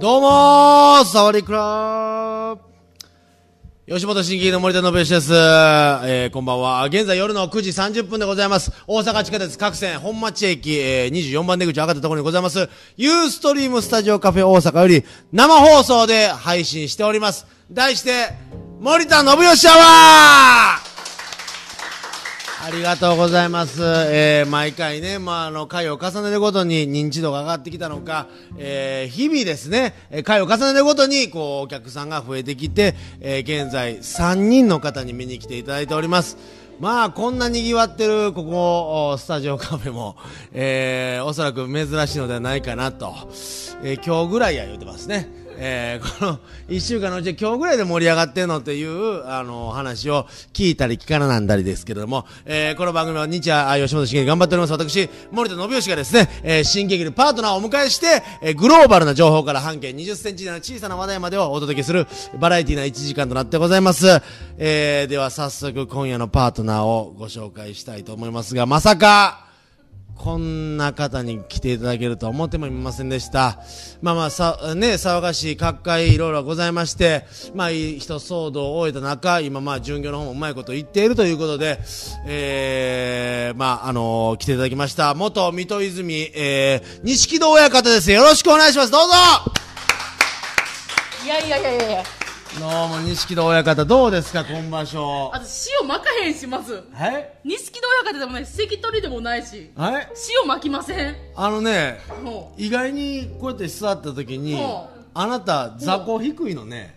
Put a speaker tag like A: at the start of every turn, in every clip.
A: どうもーサワディークラブ吉本新喜劇の森田信義です。えー、こんばんは。現在夜の9時30分でございます。大阪地下鉄各線本町駅、えー、24番出口上がったところにございます、ユーストリームスタジオカフェ大阪より生放送で配信しております。題して、森田信義アワーありがとうございます。えー毎回ね、まあ、あの、回を重ねるごとに認知度が上がってきたのか、えー日々ですね、えー回を重ねるごとに、こう、お客さんが増えてきて、えー現在3人の方に見に来ていただいております。まあ、こんな賑わってる、ここ、おスタジオカフェも、えーおそらく珍しいのではないかなと、えー今日ぐらいや言うてますね。えーこの1週間のうちで今日ぐらいで盛り上がってんのっていうあの話を聞いたり聞かななんだりですけれども、えーこの番組は日夜あ吉本新喜劇頑張っております私森田信義がですね、えー新喜劇のパートナーをお迎えして、えーグローバルな情報から半径2 0ンチ以内の小さな話題までをお届けするバラエティな1時間となってございます、えーでは早速今夜のパートナーをご紹介したいと思いますがまさかこんな方に来ていただけるとは思ってもいませんでした。まあまあさ、ね、騒がしい各界いろいろございまして、まあいい人騒動を終えた中、今まあ巡業の方もうまいこと言っているということで、えー、まああの来ていただきました、元水戸泉、えー、錦戸親方です。よろしくお願いします。どうぞ
B: いやいやいやいやいや
A: どうも錦戸親方、どうですか、今場所。
B: 私塩まかへんします
A: はい
B: 錦戸親方でもないし関取でもないし
A: はい
B: 塩まきません
A: あのね、
B: も
A: 意外にこうやって座った時に
B: うん
A: あなた座高低いのね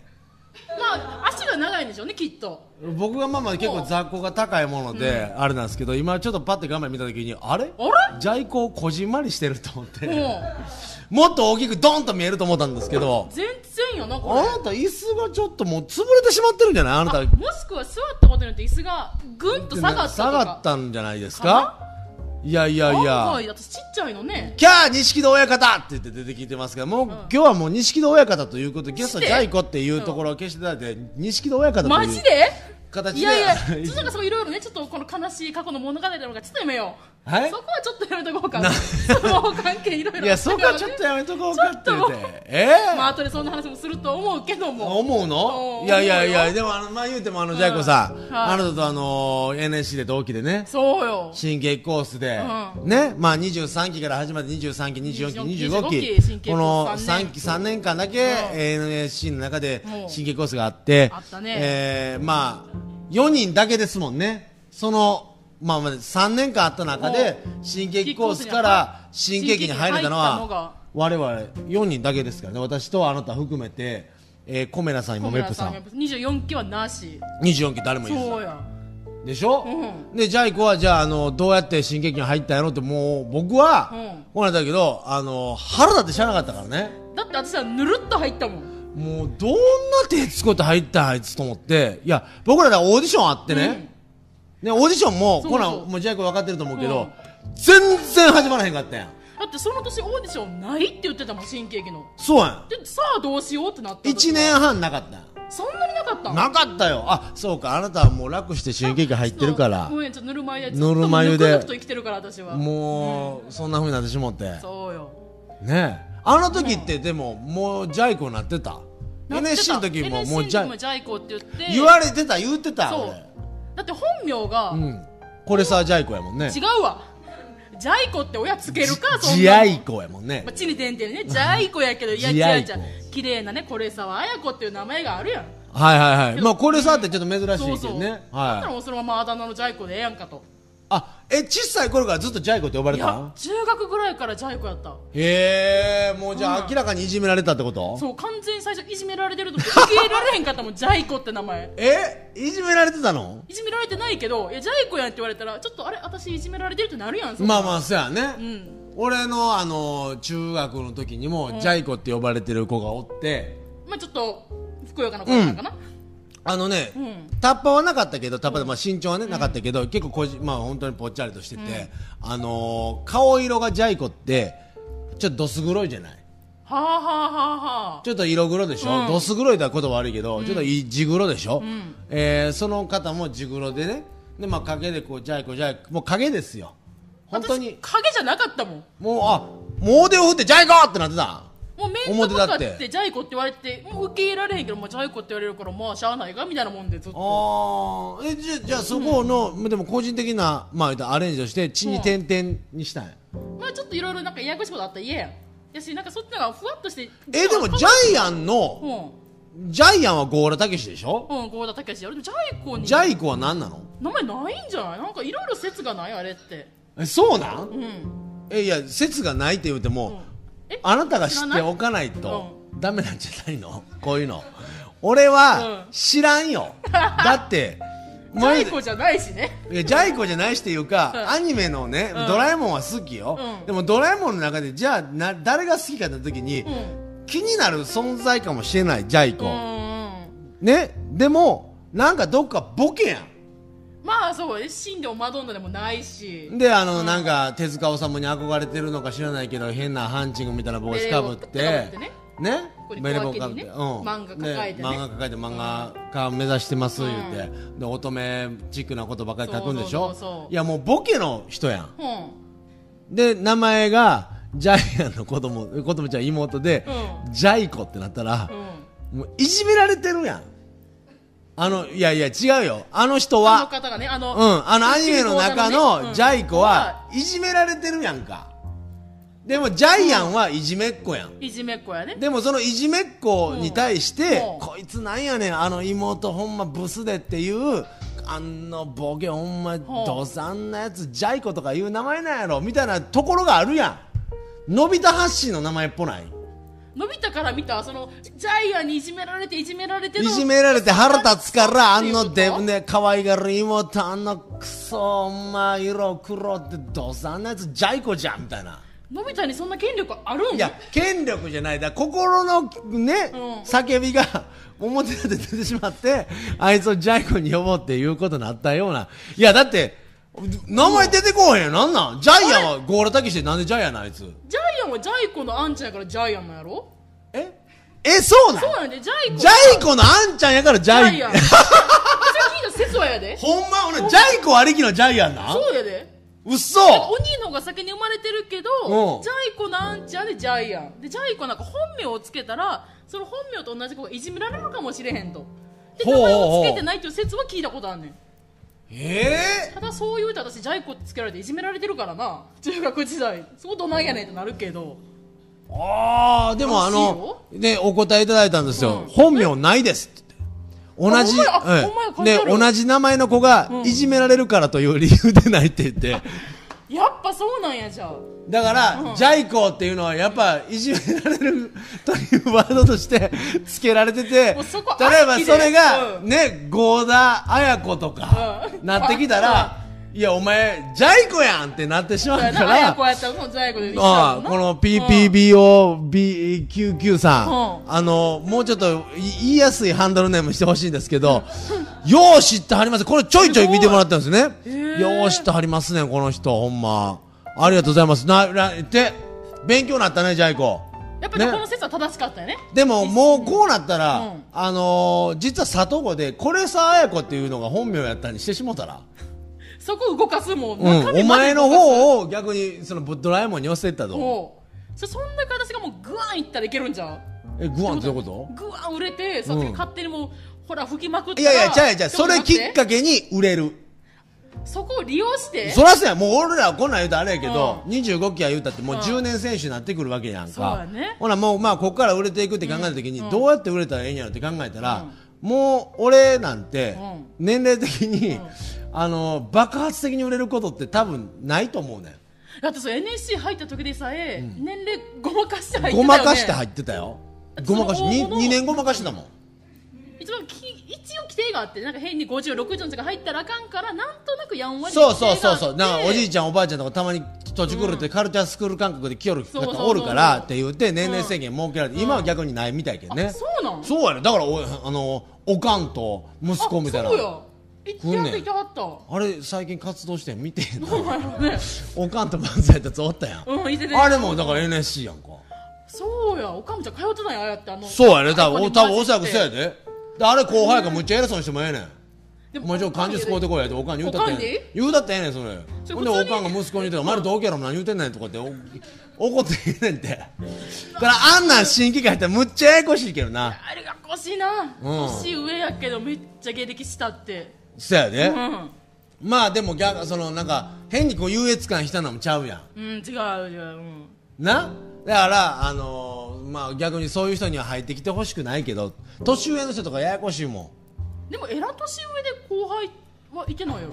B: うまあ足が長いんでしょうねきっと
A: 僕がまあまあ結構座高が高いものであれなんですけど今ちょっとパッて画面見た時にあれ
B: あれ
A: 在庫こじんまりしてると思っ
B: もう
A: てもっと大きくドンと見えると思ったんですけど
B: 全然よな
A: あ
B: これ
A: なた椅子がちょっともう潰れてしまってるんじゃないあなた
B: あもしくは座ったことによって椅子がぐんと下がったとか
A: 下がったんじゃないですかいやいやいや
B: 案外私ちっちゃいのね
A: キャー錦戸親方って言って出てきてますがもう、今日はもう錦戸親方ということでゲストジャイコっていうところを消していただいて錦戸親方と
B: マ
A: い
B: ジ
A: う
B: で
A: 形で
B: いや いや、ちょっとなんかそういろいろね、ちょっとこの悲しい過去の物語とかちょっとやめよう。
A: はい
B: そこはちょっとやめとこうか
A: な。
B: その関係いろいろ。
A: いやそこはちょっとやめとこうかって言っ
B: ちょっともう
A: てえー
B: まあ後でそんな話もすると思うけども。
A: 思うの
B: うん
A: いやいやい
B: 思う
A: や
B: よ
A: でもあのまあ言うてもあのジャイコさん、
B: はい
A: あなたとあの NSC で同期でね
B: そうよ。
A: 新劇コースで、
B: う
A: ねまあ、23期から始まって23期、24期、25
B: 25期
A: 期
B: 新規
A: この
B: コース三
A: 3
B: 年
A: 期3年間だけ、
B: うん
A: NSC の中で
B: うん
A: 新劇コースがあって
B: あったね
A: えーまあ、4人だけですもんねその、まあ、まあ3年間あった中で新劇コースから新
B: 新
A: 劇
B: 劇
A: に
B: に
A: 入
B: 入
A: れた
B: れた
A: の
B: の
A: は
B: は
A: 我々4人だけですからね私とあなた含めて、えー、コメラさん、今メップさん
B: 24期はなし。
A: 24期誰もいる
B: そうや。
A: でしょ、
B: う
A: でジャイ子はじゃああのどうやって新劇に入ったんやろってもう僕は、
B: うん
A: ほらだけどあの腹立ってしゃあなかったからね
B: だって私はぬるっと入ったもん。
A: もうどんな手つこって入ったんあいつと思っていや僕らだからオーディションあってね、ねオーディションも
B: そうそう
A: こんなんもうジャイ子分かってると思うけど、全然始まらへんかったやん
B: だってその年オーディションないって言ってたもん、新喜劇の。
A: そうやん
B: で、さあどうしようってなった時
A: 1年半なかったやん
B: そんなになかった
A: なかったよあそうかあなたはもう楽して新劇入ってるから
B: ごめん、ちょっとぬるま湯で。ずっ
A: ぬ
B: と
A: るま湯で
B: ぬくぬくと生きてるから、私は。
A: もう、そんな風になってしもって
B: そうよ。
A: ねえあの時ってでももうジャイコになってた
B: なってた
A: NSC の時ももうジ
B: NSC の時
A: ャ
B: も
A: イ
B: ジャイコって言って。
A: 言われてた言ってた
B: そう
A: 俺。
B: だって本名が、
A: うんこれさジャイコやもんね
B: 違うわ。ジャイコって親つけるか、そん
A: ジ
B: な
A: ャ
B: の
A: イコやもんね
B: まあ、地に点々ね、ジャイ子やけど、いや、
A: ジャイ
B: 違う
A: 子
B: じゃん。綺麗なね、これさは、あや子っていう名前があるやん。
A: はいはいはい
B: けど
A: まあこれさってちょっと珍し
B: そう
A: いけ
B: そ
A: ど
B: う。
A: ね
B: だったら
A: はい
B: もうそのままあだ名のジャイ子でええやんかと。
A: あえ小さい頃からずっとジャイコって呼ばれ
B: いや
A: た、
B: 中学ぐらいからジャイ子やった。
A: へえもうじゃあ明らかにいじめられたってこと
B: そう、完全に最初いじめられてると思って受け入れられへんかったもん、ジャイ子って名前。
A: えいじめられてたの
B: いじめられてないけど、いや、ジャイ子やんって言われたら、ちょっとあれ、私いじめられてるってなるやん、
A: まあま
B: あ。
A: あそうやね
B: うん。
A: 俺のあの中学の時にもジャイコって呼ばれてる子がおって
B: まあちょっと、ふくよかな子なんかな。
A: あのね、
B: うん
A: タッパはなかったけどタッパで、まあ、身長は、ねなかったけど結構こじ、まあ、本当にぽっちゃりとしてて、あのー顔色がジャイコってちょっとどす黒いじゃない
B: はあはあはあはあ。
A: ちょっと色黒でしょ、
B: うん
A: どす黒いとは言葉悪いけど、ちょっといい地黒でしょ、
B: ん
A: えーその方も地黒でねで、まあ、影でこうジャイコジャイコもう影ですよ本当に
B: 私影じゃなかったもん。
A: もうあもう腕を振ってジャイコってなってた
B: もう面と
A: 表
B: 向
A: だ
B: か
A: っ
B: っててジャイコって言われてもう受け入れられへんけどもうジャイコって言われるからまあしゃあないがみたいなもんでずっと
A: ああえじゃじゃあそこの、でも個人的なまあ言うたらアレンジをして「地に点々」にしたんや
B: まあちょっといろいろなんかややこしいことあったら嫌やんやしなんかそっちの方がふわっとして
A: えでもジャイアン
B: う
A: の
B: ん
A: ジャイアンはゴーラたけしでしょ
B: うん郷田武史やるでもジャイコに
A: ジャイ子は何なの
B: 名前ないんじゃないなんかいろいろ説がないあれって
A: えそうなん
B: うん
A: えいや説がないって言うても、
B: え
A: あなたが知
B: 知
A: っ
B: らな
A: て
B: い
A: おかないとダメなんじゃないのこういうの俺は
B: うん
A: 知らんよだって
B: ジャイ
A: 前
B: コじゃないしね
A: いやジャイ子じゃないしっていうか、
B: うん
A: アニメのね、
B: うん
A: ドラえもんは好きよ、
B: うん
A: でもドラえもんの中でじゃあな誰が好きかって時に、
B: うん
A: 気になる存在かもしれないジャイ子、
B: うん
A: ねでもなんかどっかボケや
B: まあそう死んでもマドンナでもないし
A: んであの、なんか手塚治虫に憧れてるのか知らないけど変なハンチングみたいな帽子かぶって
B: ベレー帽かぶってね
A: ね
B: こに
A: ベレー帽かぶっ
B: 小分
A: て、
B: けにね
A: うん、
B: 漫画抱えてね
A: 漫画抱えて漫画家目指してます言うて、で乙女チックなことばっかり書くんでしょ
B: そうそうそうそう
A: いやもうボケの人やん
B: うん
A: で名前がジャイアンの子供子供ちゃん妹で、ジャイ子ってなったら
B: う、ん
A: もういじめられてるやんあのいやいや違うよあの人
B: あの
A: は
B: 方がねあの
A: うんあのアニメの中のジャイ子
B: うん
A: はいじめられてるやんかでもジャイアンはいじめっ子やん
B: いじめっ子やね
A: でもそのいじめっ子に対して、
B: うんうん
A: こいつなんやねんあの妹ほんまブスでっていうあのボケほんまどさんなやつジャイ子とかいう名前なんやろみたいなところがあるやんのび太発信の名前っぽない
B: のび太から見たそのジャイアンにいじめられていじめられて
A: い
B: の
A: じめられて腹立つからあのデブ
B: ね
A: ね可愛がる妹あのクソお前色黒ってどさんなやつジャイ子じゃんみたいな
B: のび太にそんな権力あるん
A: いや権力じゃないだから心のね、
B: うん
A: 叫びが表立て出てしまってあいつをジャイ子に呼ぼうっていうことになったようないやだって名前出てこへんよなんなんジャイアンはゴーラたけしてなんでジャイアンなあいつ
B: ジャイアンはジャイコのあんちゃんやからジャイアンなんやろ
A: ええそうなん
B: そうなんでジャイコ
A: ジャイ子のあんちゃんやからジ
B: ジ
A: ャ
B: ャ
A: イ
B: イ
A: ア
B: ア
A: ン
B: ンさっきの説はやで
A: ほんま俺ジャイ子ありきのジャイアンなん
B: そうやで
A: うっ
B: 鬼
A: そ
B: の方が先に生まれてるけど
A: うん
B: ジャイコのあんちゃんでジャイアンでジャイコなんか本名をつけたらその本名と同じ子がいじめられるかもしれへんとで
A: ほう
B: 名
A: ほう
B: 前
A: ほう
B: をつけてないという説は聞いたことあんねん
A: え
B: ただそう言うと私ジャイコってつけられていじめられてるからな中学時代そうどないやねんってなるけど
A: えああでもあのねお答えいただいたんですよ、
B: うん
A: 本名ないですって同じ、
B: あほんまやあ
A: ええ
B: ほんまや書いて
A: で
B: ある
A: 同じ名前の子がいじめられるからという理由でないって言 って
B: やっぱそうなんやじゃあ
A: だから、
B: うん
A: ジャイコっていうのはやっぱいじめられるというワードとして 付けられてて例え
B: もうそこ
A: ば
B: ありきで
A: それが、
B: うん
A: ね合田綾子とか、
B: うん
A: なってきた ら、いやお前ジャイコやんってなってしまう
B: だ
A: か
B: かららこうやったらもう在庫で一緒
A: ああこの PPBOB99 さん、
B: う
A: あのもうちょっとい言いやすいハンドルネームしてほしいんですけ ど、よう知ってはりますこれちょいちょい見てもらったんですね
B: へえ
A: よう知ってはりますねこの人ほんまありがとうございますななで勉強になったねジャイコ
B: やっぱり
A: ね
B: この説は正しかったよね
A: でももうこうなったら、
B: うん
A: あのー実は里子でこれさあや子っていうのが本名やったにしてしもたら
B: そこ動かすもん、
A: うん、お前の
B: を
A: 方を逆にそのドラえもんに寄せてったと
B: そそんな形がもうグワンいったらいけるんじゃん
A: えグワンってどういうこと
B: グワン売れてその時
A: うん
B: 勝手にもう、ほら吹きまくった
A: い
B: ら
A: やいや、じゃあじゃあ
B: ちょ
A: そ
B: と
A: れ
B: 待
A: き
B: て
A: っかけに売れる。
B: そこを利用して
A: そらそうや、もう俺らはこんなん言うたらあれやけど、
B: う
A: 25期は言うたってもう
B: うん
A: 10年選手になってくるわけやん
B: そう
A: か。
B: やね
A: ほな、もうまあ、こっから売れていくって考えた時に、
B: うん
A: どうやって売れたらええんやろって考えたら、もう俺なんて、年齢的に、あの、爆発的に売れることって多分ないと思うねん。
B: だってそう NSC 入った時でさえ、年齢ごまかして入ってたよ、
A: ご
B: ね、
A: まかして入ってたよ。ごまかし、
B: その
A: 2,
B: 大物
A: 年ごまかしてたもん。
B: 一応き一応規定があってなんか変に5060とか入ったらあかんからなんとなくやんわり
A: そうそうそうそうなんかおじい
B: い
A: ちゃんおばあちゃんとかたまに土地狂ってカルチャースクール感覚で来よる
B: そうそう
A: 方
B: そう
A: おるからって言って年齢制限設けられて今は逆にないみたいけどね
B: そうなん
A: そうやねだからおあのおかんと息子みたいな
B: あそうや行って
A: 来ん
B: や
A: ね
B: っ
A: ん
B: といてはった
A: あれ最近活動してん見てんの
B: そうなんやろね
A: おかんと漫才やったやつおったやん
B: うんいてて
A: あれもだから NSC やんか
B: そうやおかむちゃん通ってたんやああやってあの
A: そうやね多分
B: あ
A: お
B: ここ
A: 多
B: に
A: 分お
B: 混じ
A: そ
B: っ
A: らくそ
B: て
A: うやでであれ後輩がむっちゃ偉そうにしてもええねん
B: で
A: お前ちょっと漢字使うてこいやっておかんに言うたって
B: おかんに
A: 言うたってええねんそ
B: ち
A: れ
B: ょ
A: ほんで
B: 普通
A: お
B: に
A: かんが息子に言うて「お前ら同期やろも何言うてんねん」とかってお怒ってええねんて だからあんなん新規が入ったらむっちゃややこしいけどな
B: あれがこしいな、
A: うん
B: 年上やけどめっちゃ芸歴したって
A: そやで、
B: うん、
A: まあでも逆そのなんか変にこう優越感したのもちゃうやん
B: うん、違う違う、うん、
A: なだから、あのーまあ、逆にそういう人には入ってきてほしくないけど年上の人とかややこしいもん
B: でもえら年上で後輩はいてないやろ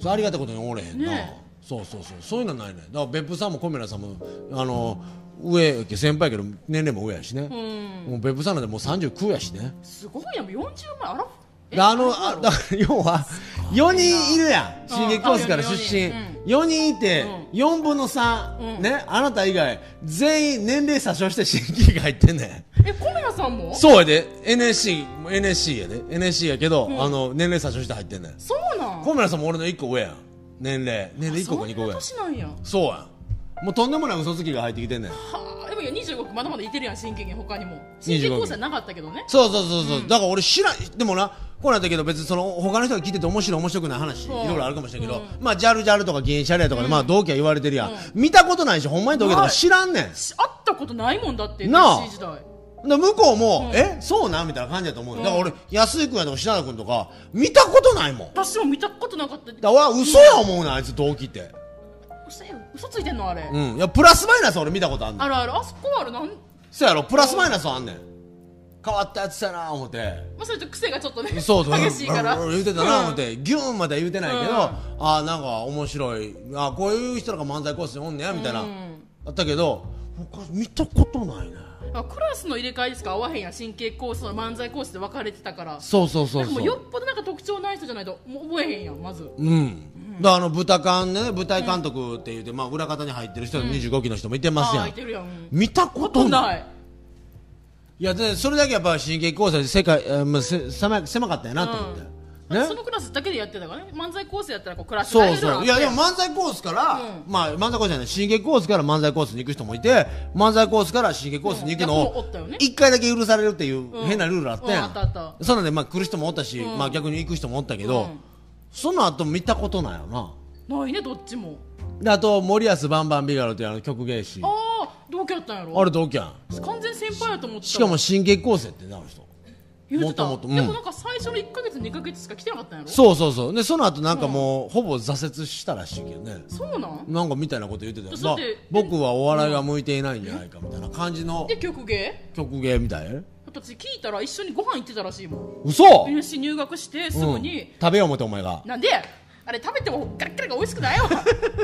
A: そうありがたいことにおれへんな、
B: ね
A: そうそうそうそういうのないねだから別府さんもコメラさんも、あのー上やけ先輩やけど年齢も上やしね
B: う、ん
A: もう別府さんなんてもう39やしね
B: すごいやんもう40万あら
A: であのあだから要は4人いるやん
B: うん
A: 新劇コースから出身、4人いて
B: う
A: 4分の3、
B: うん
A: ねあなた以外全員年齢詐称して新劇が入ってんねん
B: えコメラさんもそ
A: そうやで NSC もう NSC やで NSC やけど、あの年齢差しして入ってんねん
B: うなん
A: 小村さんも俺の1個上やん年齢年齢1個か2個
B: そん
A: 上
B: な
A: やん
B: 年なんや
A: そうやんもうとんでもない嘘つきが入ってきてんねん
B: はあでもいや25区まだまだいてるやん真剣に他にも真剣交際なかったけどね
A: そうそうそうそう、だから俺知らんでもなこうなんだけど別にその他の人が聞いてて面白い面白くない話い
B: うん
A: ろいろあるかもしれんけど、
B: う
A: まあジャルジャルとか銀シャレとかで、まあ同期は言われてるやん、
B: うん
A: 見たことないしほんまに同期とか知らんねん
B: し会ったことないもんだって
A: なあ
B: NSC 時代
A: で向こうも、
B: うん
A: えそうなんみたいな感じだと思うよ、
B: うん
A: だから俺安井君やとか品田君とか見たことないもんだか
B: 私も見たことなかった
A: ら俺は嘘や思うなあいつ同期って
B: 嘘や嘘ついてんのあれ、
A: うん、いやプラスマイナス俺見たことあんね
B: あ
A: ん
B: るあるあそこあるなん
A: そうやろプラスマイナスはあんねん変わったやつやな思って
B: まあ、それと癖がちょっとね
A: そうそう
B: 激しいから
A: ブルブルブル言うてたな思って、ギューンまでは言うてないけど、
B: うん
A: ああなんか面白いあーこういう人らが漫才コースにおんねやみたいな、
B: うん
A: あったけど他見たことないね
B: あクラスの入れ替えですか合わへんやん神経コースと漫才コースで分かれてたから
A: そうそうそ
B: な
A: うん
B: かも
A: そうう
B: よっぽどなんか特徴ない人じゃないともう覚えへんやんまず
A: うん、だからあの豚缶ね舞台監督って言って、まあ、裏方に入ってる人、25期の人もいてますや
B: あ
A: ん
B: ーいてるやんうん
A: 見たこ
B: ことん
A: ない
B: ない
A: いやでそれだけやっぱ神経交差で世界、えーまあ、せ狭い狭かったやなと思って、
B: まあそのクラスだけでやってたからね漫才コースやったらこうクラス
A: そうそういやでも
B: ま
A: 漫才コースから、
B: う
A: まあ漫才コースじゃない進撃コースから漫才コースに行く人もいて漫才コースから進撃コースに行くの
B: うんいやそうお
A: を
B: ったよね
A: 一回だけ許されるっていう
B: うん
A: 変なルールあったやん、
B: うんあったあった
A: そんなんでまあ来る人もおったし、
B: うん
A: まあ逆に行く人もおったけど、
B: うん
A: その後見たことないよな
B: ないねどっちも
A: であと森保バンバンビガロっていうあの曲芸師
B: あ
A: あ
B: あ同期やったんやろ
A: れ同期やん
B: 完全先輩やと思ってた
A: しかも進撃コースやってなる人
B: 言ってた
A: もともとうん
B: でもなんか最初の1か月2か月しか来てなかったんやろ
A: そうそうそうでその後なんかもう、ほぼ挫折したらしいけどね
B: そうなん
A: なんかみたいなこと言ってたよ
B: だって
A: まあ僕はお笑いが向いていないんじゃないかみたいな感じの
B: で曲芸
A: 曲芸みたい
B: 私聞いたら一緒にご飯行ってたらしいもん
A: 嘘
B: NSC 入学してすぐ
A: うん
B: に、
A: 食べよう思ってお前 が
B: なんであれ食べてもガラッガラが美味しく ないよ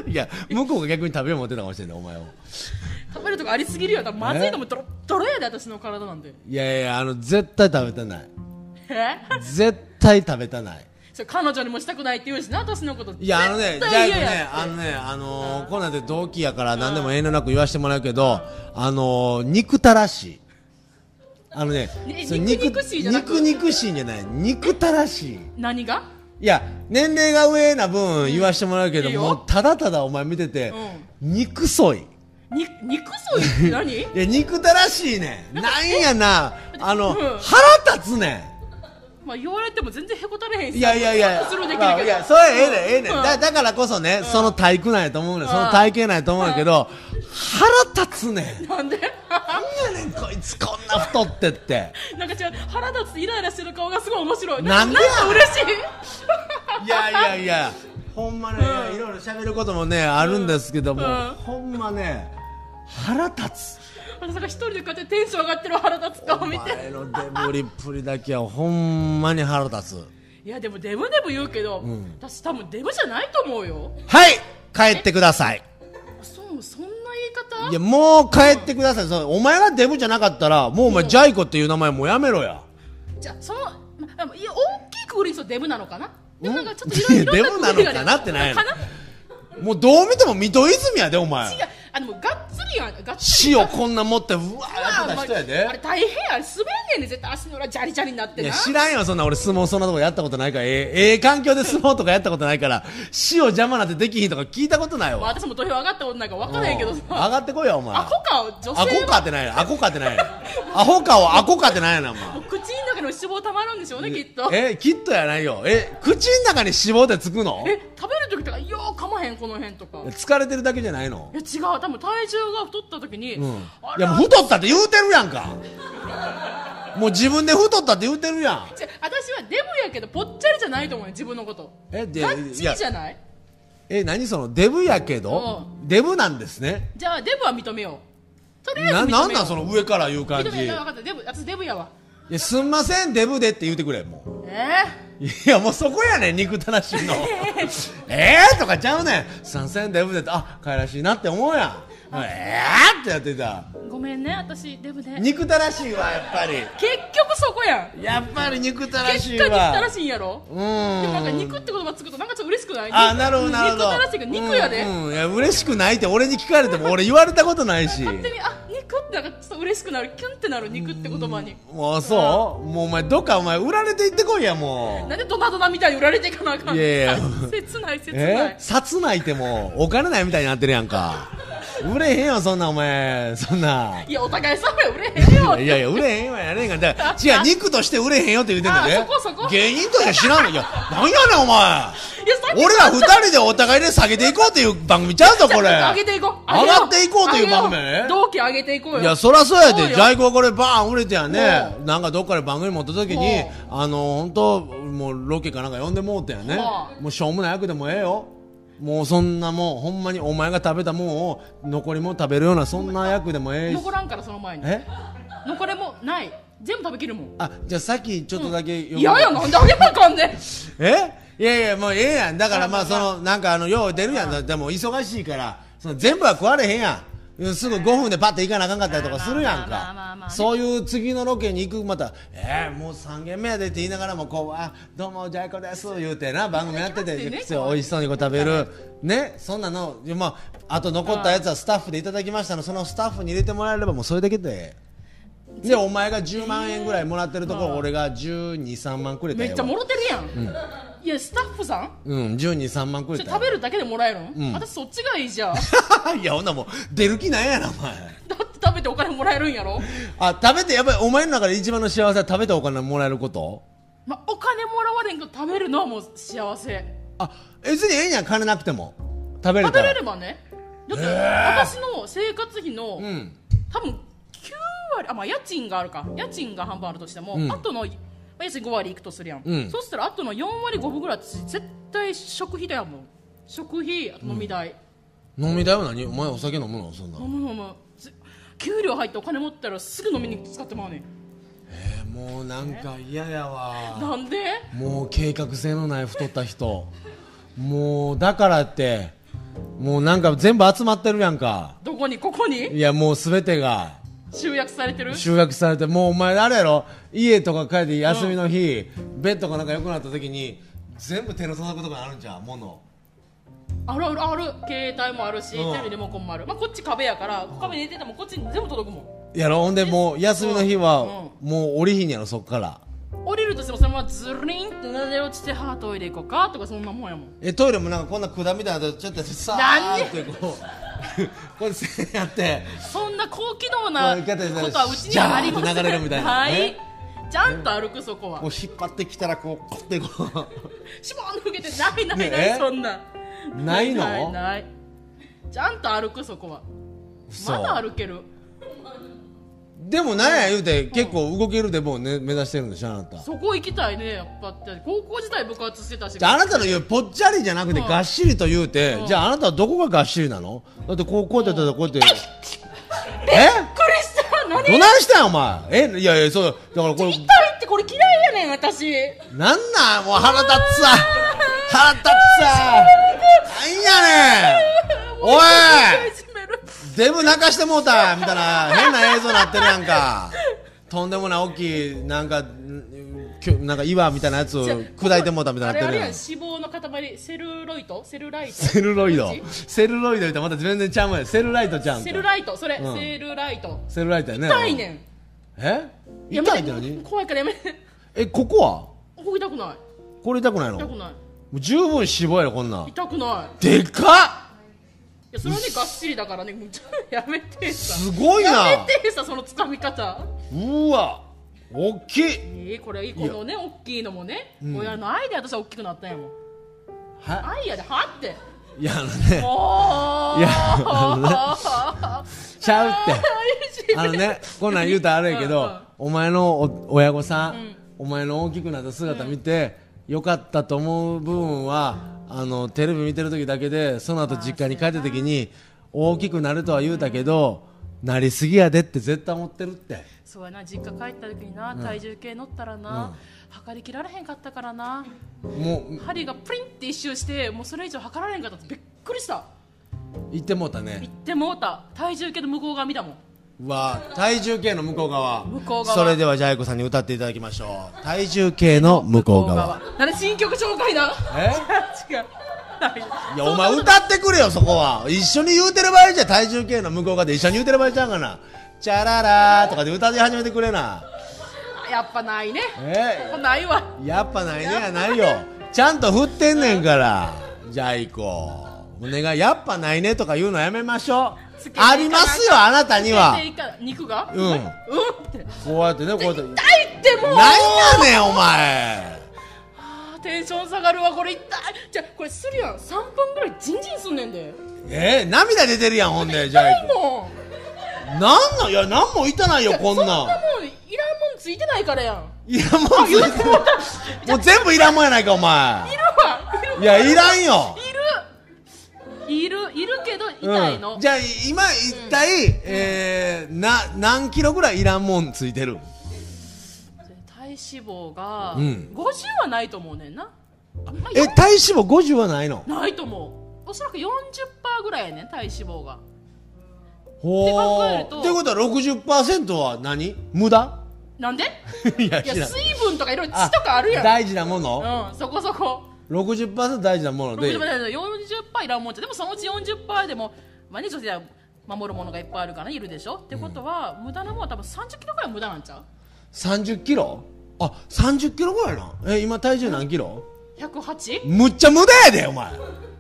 A: いや向こうが逆に食べよう思ってたかもしれないお前を
B: 食べるとかありすぎるよ多分まずいのもドロッドロやで私の体なんで
A: いやいやあの絶対食べたない
B: え
A: 絶対食べたない
B: それ彼女にもしたくないって言うしな私のこと
A: いやあのね
B: 絶
A: ジ
B: 対
A: ャイ
B: 嫌
A: ク
B: や
A: ねあのねあのー、こんなんで同期やから何でも遠慮なく言わせてもらうけど、あのー、憎たらしいあのね
B: ね
A: そう
B: 肉々しいじゃなく
A: 肉肉しいんじゃない憎たらしい
B: 何が
A: いや年齢が上な分言わしてもらうけど、
B: いいよ
A: もうただただお前見てて、憎そいい
B: に肉そうって何
A: や憎たらしいねんなんやなあの、
B: うん
A: 腹立つね
B: まあ言われても全然へこたれへん
A: ん
B: し
A: いやいやいや
B: スルーできるけど、
A: まあいやそれええねんええねん、
B: うん
A: だだからこそね、その体育なんやと思うねん、その体型なんやと思うんやけど、腹立つねん
B: なんで
A: なんやねんこいつこんな太ってって
B: なんか違う腹立つイライラしてる顔がすごい面白い
A: なんでや
B: なんか嬉しい
A: いやいやいやほんまね、いろいろ喋ることもねあるんですけども、
B: うん
A: ほんまね腹立つ
B: 私なんか一人でこうやってテンション上がってる腹立つ
A: お
B: 顔見て
A: 前のデブリっぷりだけはほんまに腹立つ
B: いやでもデブデブ言うけど、私多分デブじゃないと思うよ
A: はい帰ってください
B: そうそんな言い方
A: いやもう帰ってくださいそうお前がデブじゃなかったらもうお前ジャイコっていう名前もうやめろや
B: じゃあその、まあ、いや大きいくぐりにそうデブなのかなでもなんかちょっと
A: うん
B: いろいろ
A: いやデブなのかなってなんやねんもうどう見ても水戸泉やでお前
B: 違うあでもがっつりやんがっつり
A: 死をこんな持ってうわーってた人や
B: まああれ
A: で
B: 大変や滑んねんね絶対足の裏ジャリジャリになって
A: い
B: な
A: や知らんよそんな俺相撲そんなとこやったことないからええええ環境で相撲とかやったことないから死を邪魔なんてできひんとか聞いたことない
B: まあ
A: わ
B: 私も土俵上がったことないから分からへんけどさ
A: 上がってこいよお前
B: アホか女性
A: ア
B: は
A: コかってないやんアコかってないやんアホかをアコかってないやなお前
B: もう口の中の脂肪たまるんでしょうねきっとえ
A: え、きっとやないよ。え、口の中に脂肪ってつくの
B: 食べる時とかよう噛まへんこの辺とかいや
A: 疲れてるだけじゃないの
B: 違う多分体重が太った時に、
A: うん。い
B: あ
A: や、
B: ら
A: もう太ったって言うてるやんか。もう自分で太ったって言うてるやん。
B: ち私はデブやけどぽっちゃりじゃないと思うよ自分のこと
A: え、で、
B: ガッチ
A: い
B: リ
A: や
B: じ、ゃない
A: え、何その、デブやけどデブなんですね。
B: じゃあデブは認めようとりあえず認
A: な、
B: めよう
A: なんなんその上から言う感
B: 認
A: じ。
B: め
A: い
B: よう分かったデブ私デブやわ
A: や、すんません、デブでって言うてくれ、もう。
B: え
A: いやもうそこやねん憎たらし いのえーとかちゃうねん参戦デブでってあかいらしいなって思うやんえーってやってた
B: えごめんね私デブで結
A: 憎たらしいわやっぱり
B: 局そこやん
A: やっぱり憎たら
B: 結
A: しい
B: 果
A: わ
B: 憎たらしいんやろ
A: う
B: でもなんか
A: ーん
B: 肉って言葉つくとなんかちょっと嬉しくない
A: あなるほどなるほど
B: 肉たらしいけど肉やで、
A: うんうんいや嬉しくないって俺に聞かれても俺言われたことないし
B: 勝手にあ肉ってなんかちょっと嬉しくなるキュンってなる肉って言葉に
A: もうそうもうお前どっかお前売られていってこいやも
B: なんでドナドナみたいに売られて いかなあかん
A: いやいや
B: 切ない切
A: う
B: ない、
A: え札ないってもうお金ないみたいになってるやんか売れへんよそんなお前そんない
B: やお互い様や売れへんよ
A: いやいや、売れへんわやねんが、だ から、違う、肉として売れへんよって言うてんだね。
B: あそこそこ
A: 芸人として知らんの。いや、なんや ねん、お前。
B: いやさっき
A: 俺ら二人でお互いで下げていこうっていう番組ちゃうぞ、これ。
B: 上げていこう
A: 上
B: げよ
A: がっていこうという番組
B: 上げよ
A: ね
B: う。同期上げていこうよ
A: いや、そらそうや
B: そ
A: で、
B: う
A: ジ
B: よ
A: ャイコこれバーン売れてやね
B: う。
A: なんかどっかで番組持った時に
B: うん、
A: あの、本当もうロケかなんか呼んでもうてやね。
B: うん
A: もうしょうもない役でもええよ。もうそんなもう、ほんまにお前が食べたもんを残りもん食べるような、そんな役でもええし。
B: 残らんからその前に
A: え
B: 残れもない全部食べきるもん
A: あ、じゃあさっきちょっとだけ読む
B: いやいやなんであげなあかんね
A: えいやいやもうええやんだからまあ
B: あ
A: そのなんかあのよう出るやんだでも忙しいからその全部は食われへんやんうんすぐ5分でパッて行かなあかんかったりとかするやん
B: まあまあまあまあま
A: か
B: あね
A: そういう次のロケに行くまた「えー、もう3軒目やで」って言いながらもこう「あどうもジャイコです」言うてな番組やってて
B: いやいや
A: 靴を美味しそうにこう食べるねそんなの、まあ、あと残ったやつはスタッフでいただきましたのそのスタッフに入れてもらえればもうそれだけで。でお前が10万円ぐらいもらってるところ俺が1 2 3万くれた
B: め
A: よ
B: っちゃもろてるやん、いやスタッフさん
A: うん、1 2三万くれ
B: ち
A: た
B: ょ
A: よ
B: 食べるだけでもらえるん、
A: ん
B: 私そっちがいいじゃんだ
A: いや、ほんなもう、出る気ないやな、お前。
B: って食べてお金もらえるんやろ、
A: あ、食べて、やっぱりお前の中で一番の幸せは食べてお金もらえること
B: まあ、お金もらわれんけど食べるのはもう幸せ
A: あ、別にええんやん、金なくても。食べれ
B: 食
A: た
B: べ
A: ら。
B: れればねだって、
A: へー
B: 私の生活費の、
A: うん。
B: 多分9割あまあ家賃があるか家賃が半分あるとしても、
A: うん
B: あとのまあ家賃5割いくとするやん、
A: うん
B: そしたらあとの4割5分ぐらい私絶対食費だよもん食費あと飲み代、
A: 飲みだよ、何お前お酒飲むのそんな。
B: 飲む飲むず給料入ってお金持ったらすぐ飲みに使ってまうねん
A: えー、もうなんか嫌やわ。
B: なんで
A: もう計画性のない太った人。もう、だからって、もうなんか全部集まってるやんか。
B: どこにここに
A: いや、もうすべてが。
B: 集約されてる
A: 集約されてもうお前あれやろ家とか帰って休みの日、ベッドがなんか良くなった時に全部手の届くとこにあるんじゃん物
B: あるあるある携帯もあるし、
A: うん
B: テレビリモコンもある、まあ、こっち壁やから壁寝ててもこっちに全部届くもん
A: やろほんでもう休みの日はもう降りひんやろそっから
B: 降りるとしてもそのままズリンってなで落ちてハートイレ行こうかとかそんなもんやもん
A: えトイレもなんかこんな管みたいなのちょっとさーってこう これせやって
B: そんな高機能なことはうちにはありません
A: ジャーンって流れるみたいな
B: は
A: ね
B: いちゃんと歩くそこは
A: こう引っ張ってきたらこうこってこ
B: シボン抜けてないないな
A: え
B: いそんな
A: うないの
B: ないないちゃんと歩くそこは
A: 嘘
B: まだ歩ける
A: でもなんや言うて結構動けるでもう、ね、目指してるんでしょあなた
B: そこ行きたいねやっぱって高校時代部活してたし
A: じゃああなたの言うぽっちゃりじゃなくて
B: うん
A: がっしりと言うて、
B: うん
A: じゃああなたはどこががっしりなのだってこうこうやってやったらこうやって、
B: びっくりした何
A: えどないしたんお前えいやいやそうだからこ
B: 痛い
A: れ
B: ってこれ嫌いやねん私
A: なんなんもう腹立つわ腹立つわなんやねんおい
B: 始める
A: デブ泣かしてもうたみたいな変な映像なってるやんかとんでもない大きいなんかんきゅなんか岩みたいなやつを
B: じゃあ
A: 砕いてもうたみたい
B: あ
A: にな
B: れ
A: って
B: あ
A: る
B: れ
A: や
B: やん
A: ん
B: 脂肪の塊セルロイトセルライ ト
A: セルロイド
B: どっち
A: セルロイド言ったらまた全然ちゃうもんやセルライトちゃうんか
B: セルライトそれ、
A: うん
B: セルライト
A: セルライトやね
B: 痛いねん
A: え
B: や
A: 痛い
B: め
A: ってて何
B: 怖いからやめて
A: えここは
B: ここ痛くない
A: これ痛くないの
B: 痛く
A: も
B: な
A: う十分脂肪やろこんなん
B: い痛くない
A: でか
B: いやそれはねがっしりだからねもうちょやめて
A: っ
B: さ
A: すごいな
B: やめてさそのつかみ方
A: うわ大きい
B: えー、これこのね大きいのもね、親の愛で私は大きくなったんやもん
A: は
B: 愛やではって
A: いやあのね
B: おー
A: いやちゃう って
B: っ て
A: あのねこんなん言うたらあれやけ
B: うんう
A: ど
B: ん
A: お前のお親御さん、
B: ん
A: お前の大きくなった姿見て、よかったと思う部分はあのテレビ見てる時だけでその後実家に帰った時に大きくなるとは言うたけど、なりすぎやでって絶対思ってるって
B: そうやな実家帰った時にな体重計乗ったらな、測りきられへんかったからな
A: も
B: 針がプリンって一周してもうそれ以上測られへんかったってびっくりした
A: う言ってもうたね
B: 行ってもうた体重計の向こう側見たもん
A: うわ体重計の向こう側
B: 向こう側
A: それではジャイ子さんに歌っていただきましょう体重計の向こう側
B: 何新曲紹介だ
A: え
B: 違う
A: いやお前歌ってくれよそこは一緒に言うてる場合じゃ体重計の向こう側で一緒に言うてる場合ちゃうかなチャララーとかで歌い始めてくれな
B: やっぱないね
A: え
B: ないわ
A: やっぱないねやないよちゃんと振ってんねんからジャイ子お願いやっぱないねとか言うのやめましょ
B: つけ
A: う
B: ていかな
A: ありますよあなたには
B: つけていか肉が
A: うん
B: うんって
A: こうやってねこうやって
B: 痛いっても
A: なん
B: う
A: やねんお前
B: あーテンション下がるわこれ痛いじゃあこれするやん3分ぐらいジンジンすんねんで
A: えー、涙出てるやんほんでジャイ
B: 痛い
A: 子
B: もん
A: なんなんいやなんもいたないよこん
B: そんなも
A: なん
B: んいらんもんついてないからやん
A: いらんもんついてもう全部いらんもんやないかお前
B: いるわいる
A: いや、いらんよ。
B: いるいるけど痛いの、
A: うんじゃあ、今、一体、えー、な、何キロぐらいいらんもんついてる
B: 体脂肪が
A: うん
B: 50はないと思うねんな、まあ
A: え、体脂肪50はないの
B: ないと思うおそらく40%ぐらいやねん体脂肪が
A: ほ
B: って考えると
A: ってことは60%は何無駄
B: なんで
A: いや
B: いや
A: 知らん
B: 水分とかいろいろ血とかあるやん
A: 大事なもの、
B: うんそこそこ
A: 60%大事なもので
B: 60%まで40%いらんもんじゃでもそのうち40%でもまあね女性は守るものがいっぱいあるからいるでしょってことは、無駄なもんは多分3 0キロぐらい無駄なんちゃう
A: 30キロあ三30キロぐらいなえ今体重何キロ
B: 108?
A: むっちゃ無駄やでお前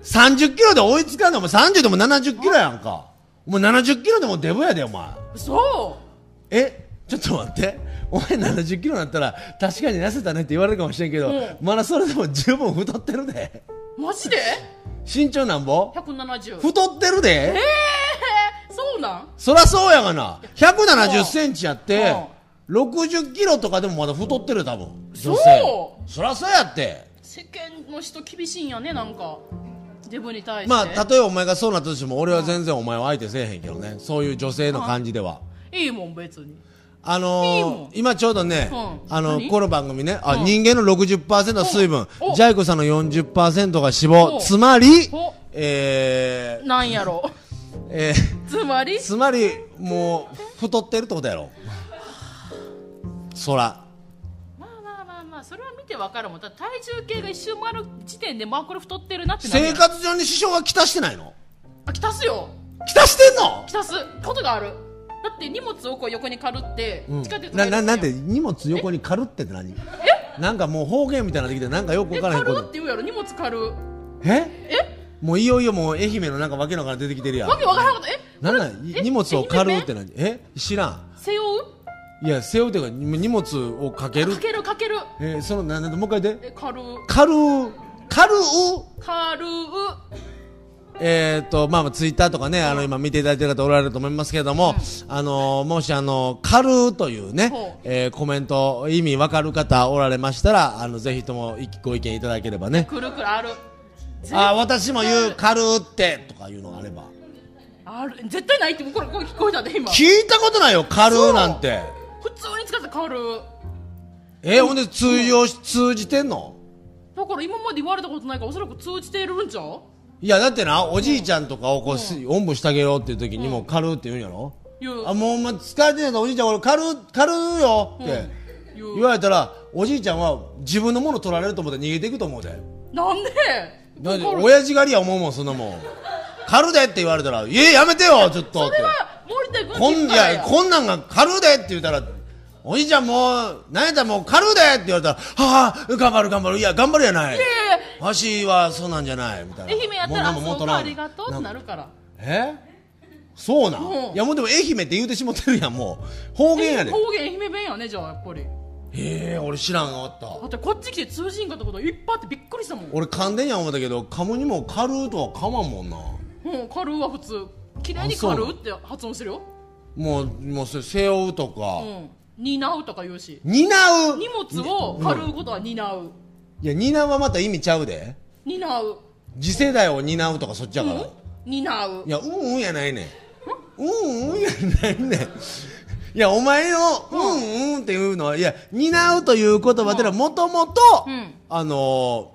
A: 30キロで追いつかんのお前30でも70キロやんかお前70キロでもデブやでお前
B: そ
A: えちょっと待ってお前70キロになったら確かに痩せたねって言われるかもしれんけど、
B: うん
A: まだそれでも十分太ってるで
B: うマジで
A: 身長なんぼ
B: ?170
A: 太ってるで
B: そうなん
A: そらそうやがな1 7 0ンチやって60キロとかでもまだ太ってる多分女性
B: そう
A: そらそうやって
B: 世間の人厳しいんやねなんかデブに対して
A: まあたとえお前がそうなったとしても俺は全然お前は相手せえへんけどねそういう女性の感じでは。
B: いいもん別に
A: あ
B: いいも
A: の
B: ん
A: ー、今ちょうどね、
B: うん
A: あの
B: 何
A: この番組ね、あ
B: うん
A: 人間の60%は水分
B: お、お
A: ジャイコさんの40%が脂肪、
B: お
A: つまり
B: お、
A: えー
B: なんやろ
A: えー
B: つまり
A: つまりもう太ってるってことやろ。そら、
B: まあまあまあまあそれは見てわかるもんだ体重計が一周回る時点でまあこれ太ってるなってなるや
A: 生
B: ん
A: 活上に支障はきたしてないの？
B: あきたすよ
A: きたしてんの
B: き？たすことがあるだって荷物をこう横に軽って、
A: うん
B: 近づいて
A: なななんて荷物横に軽ってって何？なんかもう方言みたいなできてなんかよく
B: え
A: わからへん
B: 軽
A: こ
B: って
A: と。
B: 言うやろ荷物軽
A: え？
B: え
A: もういよいよもう愛媛のなんかわけのわからん出てきてるやん
B: わ。けわからんことえ
A: なんなん
B: え
A: 荷物を軽うって
B: 愛媛弁
A: 何え知らん
B: 背負う
A: いや背負うというかに荷物をかける
B: かけるかける
A: えーそのななんだもう一回言って
B: え軽う
A: 軽う軽う
B: 軽う
A: えー、とまあまあツイッターとかね、あの今見ていただいてる方おられると思いますけれども、あのもしあの軽うというね
B: ほう、
A: えーコメント意味わかる方おられましたらあのぜひともいご意見いただければね
B: くるくるある
A: あー私も言う軽うってとかいうのがあれば
B: ある絶対ないってこれこれ聞こえたで今
A: 聞いたことないよ軽うなんて
B: 普通に使って変わる
A: えーほんで通用し通じてんの
B: だから今まで言われたことないからおそらく通じてるんちゃう
A: いやだってなおじいちゃんとかをこうす、おんぶしてあげようっていう時にもう「軽うって言うんやろ、
B: 言う
A: あもうお前疲れてんやったらおじいちゃん俺軽う軽うよって、言
B: 言う
A: われたらおじいちゃんは自分のもの取られると思って逃げていくと思うで
B: なんで
A: だって
B: わかる
A: 親父狩りや思うもんそんなもん軽うでって言われたら「いややめて よちょっと」って
B: あ森田君
A: こんい
B: 立派
A: やこんなんが軽うでって言ったらおじいちゃんもう何やったらもう軽うでって言われたら「はあ頑張る頑張るいや頑張るやない
B: いやいや
A: わしはそうなんじゃない」みたいな
B: 愛媛やったらあ
A: もうなんも
B: そ
A: も
B: う
A: と
B: から
A: ん
B: ありがとうってなるから
A: えそうなん、
B: うん
A: いやもうでも愛媛って言うてしもてるやんもう方言やで
B: 方言愛媛弁やねじゃあやっぱり
A: へえ俺知らんかった
B: だってこっち来て通じんかったこといっぱいあってびっくりしたもん
A: 俺噛んでんや思ったけど噛むにも「かる」とは噛まんもんな
B: うん、カルーは普通綺麗に
A: あそう
B: カルーって発音してるよ
A: もうもうそれ背負うと
B: う
A: か、
B: ん担うとか言うし
A: 担う
B: 荷物をカルーことは担う
A: いや担うはまた意味ちゃうで
B: 担う
A: 次世代を担うとかそっちや
B: う
A: から、
B: ん担う
A: いや、うんうんやないねん。うんうんやないねん。いや、お前の、うんうんっていうのは、いや、担うという言葉ってのは、もともと
B: うん、
A: あの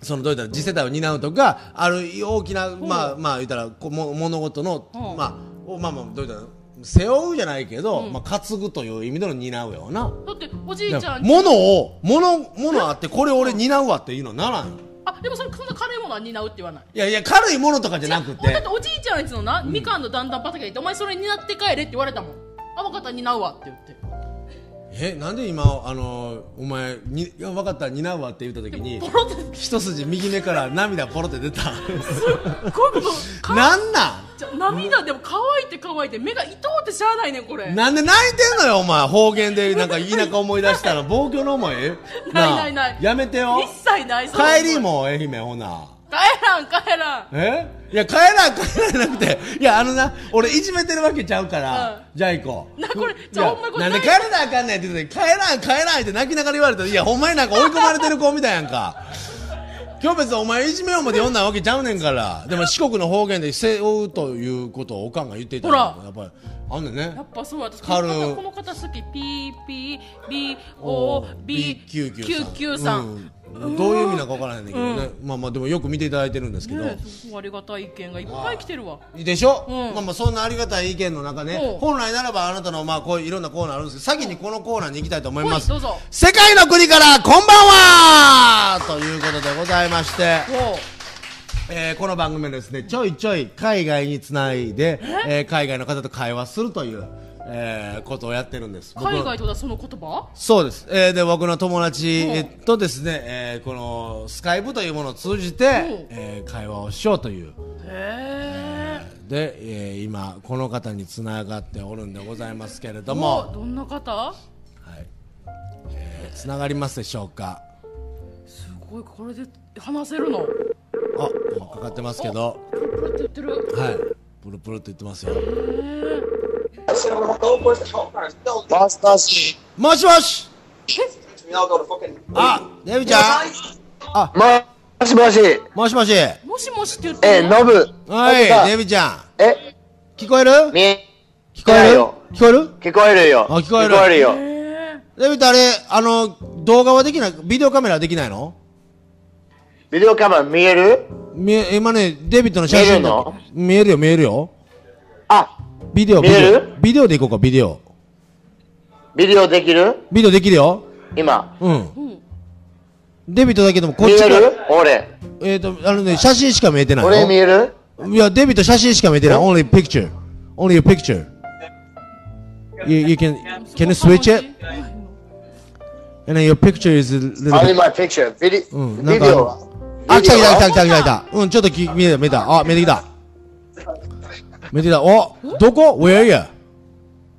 A: ー、その、どういったら、次世代を担うとか、ある大きな、まあ、まあ、言ったら、こも物事の
B: ほ、う
A: まあ、おまあまあ、どういったら、背負うじゃないけど、まあ、担ぐという意味での担うよな。
B: だっておじいちゃんに
A: 物を、物、物あって、これ俺担うわっていうのならん。
B: あでもそれそんな軽いものは担うって言わない
A: いやいや、軽いものとかじゃなく
B: だっ
A: て、
B: ておじいちゃんやつのな、みかんのだんだん畑行ってお前それ担って帰れって言われたもんあ分かった担うわって言って
A: え、なんで今、あのー、お前、に、いや分かった、担うわって言った時に、
B: ポロってすっ
A: 一筋右目から涙ポロって出た
B: ごいこうか
A: なんな
B: じゃ涙でも乾いて乾いて目が痛うってしゃあないねんこれ
A: んなんで泣いてんのよお前方言でなんか田舎思い出した ら望郷の思い
B: ない
A: あ
B: ないない
A: やめてよ
B: 一切ないそんな
A: 帰りも愛媛ほな
B: 帰らん帰らん
A: えいや帰らん帰らんなくていやあのな俺いじめてるわけちゃうから、
B: うん
A: じゃあ行こう
B: なこれ
A: いや
B: じゃあほんまにこれ
A: なんで帰らなあかんねんって言ってた時帰らん帰らんって泣きながら言われたらいやほんまになんか追い込まれてる子みたいやんか今日別にお前いじめようまで読んだわけちゃうねんからでも四国の方言で背負うということをおかんが言っていた
B: ほ
A: やっぱりあんねんね
B: やっぱそう私こ
A: カル
B: のこの方好き PPBOB99 さん、
A: うんどういう意味なのかわからないんだけどね、まあまあでもよく見ていただいてるんですけど、
B: ねえすごいありがたい意見がいっぱい来てるわ
A: でしょ、
B: うん
A: まあまあそんなありがたい意見の中
B: う
A: ね
B: ん
A: 本来ならばあなたのまあこういういろんなコーナーあるんですけど先にこのコーナーに行きたいと思います
B: はいどうぞ
A: 世界の国からこんばんはということでございまして、
B: おう
A: えーこの番組はですねちょいちょい海外につないで、えー海外の方と会話するという、えーことをやってるんです僕の
B: 海外とだその言葉
A: そうです、えーで僕の友達
B: うん
A: えっとですね、えーこのスカイプというものを通じて、
B: ん
A: えー会話をしようという
B: へえ
A: で、えー今この方につながっておるんでございますけれど
B: もう
A: も、
B: どんな方
A: はいえーつながりますでしょうか
B: すごいこれで話せるの
A: あもうかかってますけど
B: プルって言ってる
A: はいプルプルって言ってますよ
C: マスターシ
A: もしもし
D: We all go to fucking.
A: あデビちゃん
C: ー。もしもし、
A: もしもし
B: もしもしって言って
C: え、
B: る
C: ノブ。
A: はいデビちゃ
C: え、
A: ん聞こえる
C: 見え
A: 聞こ
C: な
A: え
C: い
A: る
C: よ
A: 聞こえる
C: 聞こえるよ。
A: あ聞こえる
C: よ。
A: デビとあれあの動画はできないビデオカメラはできないの
C: ビデオカメラ見える
A: 見え今ねデビットの写真だ見えるよ見えるよ
C: あ、
A: ビデオ
C: 見える
A: ビデオビデオでいこうかビデオ
C: ビデオできる
A: ビデオできるよ
C: 今。
A: うん、
B: ん
A: デビットだけでもこっ
C: 見
A: ちか
C: え
A: ら
C: る俺。
A: えっ、とあのね写真しか見えてない
C: 俺見
A: よ
C: える
A: いやデビット写真しか見えてない only picture only a picture you, you can can you switch it
B: はい
A: and then your picture is a little bit
C: ?Only my picture. ビデ
A: う
C: オ。
A: んなん
C: ビ
A: か
C: デオは。
A: あ来た来た来た
C: ビ
A: 来た来た来たうんちょっとき見えた見えたあ見えてきた見えてきたおどこ where ya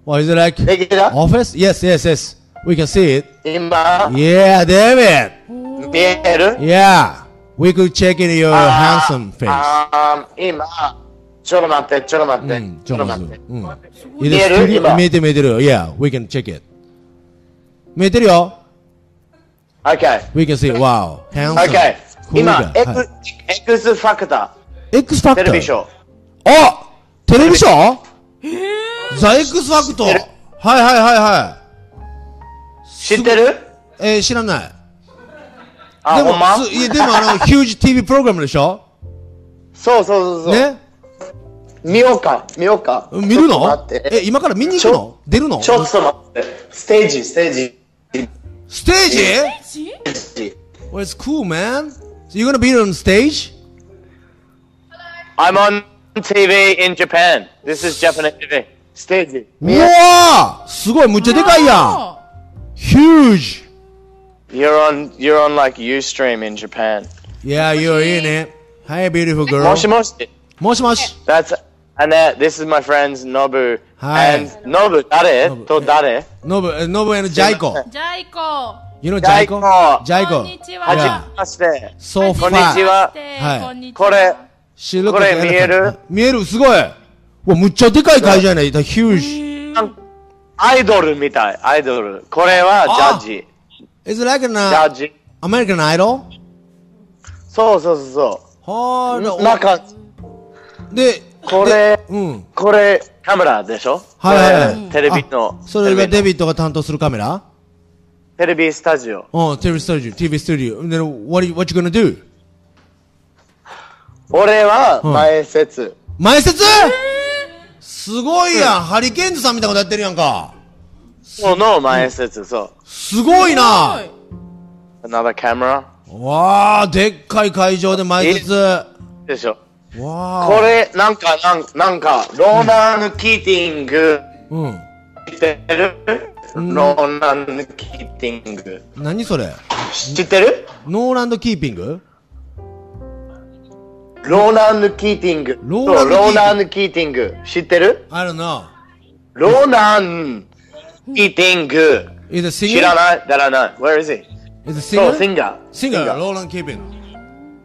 A: what is it like
C: デオはできた
A: Office? Yes, yes, yes. We can see it.
C: 今、
A: Yeah, damn it.
C: 見える
A: Yeah. We could check in your handsome face.
C: あー今、ちょっと待って、ちょっと待っ
A: う
C: て。
A: ん、
C: ちょっと待っ
A: 上手
C: て。
A: うん。
C: い見える
A: いいです
C: 今
A: 見えてる見えてるよ。Yeah, we can check it. 見えてるよ。
C: OK。
A: We can see it. Wow. Handsome.
C: OK。
A: Cool
C: 今、
A: guy. はい
C: X、X ファクタ
A: X ファクタ
C: ー。テ
A: ー。
C: レビショー。
A: あテレビショーザ X ファクトはいはいはいは
C: 知ってる
A: い。えー、知らない。
C: あ、
A: でも
C: ほんま、
A: すいや、でもあの、ヒュージ TV プログラムでしょ
C: そうそうそうそう。
A: ね
C: 見ようか、見ようか。
A: 見る
C: ちょっと
A: の
C: 待って
A: え、今から見に行く
C: ち
A: の
C: ょ
A: 出るの
C: ちょっと待って。ステージ、ステージ。
A: ステージ
B: ち
A: Well, it's cool, man. So you're gonna be on stage?
C: I'm on TV in Japan. This is Japanese TV. ステージ。見
A: う
C: え
A: わーすごい、むっちゃでかいやん。
B: あ
A: Huge!
C: You're on, you're on like Ustream in Japan.
A: Yeah, you're in it. Hi, beautiful girl.
C: もしもし。
A: もしもし
C: That's, Annette, this is my friends Nobu.
A: Hi.
C: And Nobu, dare?
A: Nobu.
C: To dare?
A: ノブ、えノブ and ジャイコ。
B: ジャイコ。
A: You know ジャイコジャイ
B: こ
A: コ
B: んに。ち
A: い
B: は
A: や。
C: はじめまして。
A: So
C: こんにち
A: far.
C: は
A: はい
B: こんにちは。
C: これ、
A: She look
C: これ
A: like
C: 見える
A: elephant 見えるすごいわ、むっちゃでかい会じゃない The huge.
C: アイドルみたい、アイドル。これは
A: あ
C: ジャッジ。
A: It's like an
C: ジ
A: uh,
C: ャッジ。
A: American Idol?
C: そうそうそうそ
A: は
C: う。
A: ー
C: なんか、
A: で、
C: こ
A: で
C: れ、
A: うん。
C: これ、カメラでしょ
A: はいはいはい
C: これテレビの
A: あ、それが
C: テレ
A: デ
C: ビの
A: ビットが担当するカメラ
C: テレビスタジオ。
A: うん、テレビスタジオ、TV スタジオ。And then what, you- what you gonna do?
C: 俺は
A: うん
C: 前説。
A: 前説すごいやん、ハリケーンズさんみたいなことやってるやんか。
C: もうの前説、そ
A: すごいな
B: す
C: う。another camera
A: わあ、でっかい会場で前説。わ
C: でしょ。
A: あ。
C: こ。れ、なんか、なんなんか、ローナン・キーティング
A: うん。
C: 知ってるローナン・キーティング。
A: 何それ
C: 知ってる
A: ノーランドキーピング
C: ローナン・キーティング。
A: ロ
C: そうロ
A: ー
C: ー
A: ナ
C: ナ
A: ン
C: ン・キーティング。知ってる
A: ?I don't know.
C: ローナン・キーティング。
A: Is a
C: 知
A: singer?
C: らないだらない。Where is he?
A: Is a singer?
C: そう、シンガー。
A: Singer, ローランドキーピン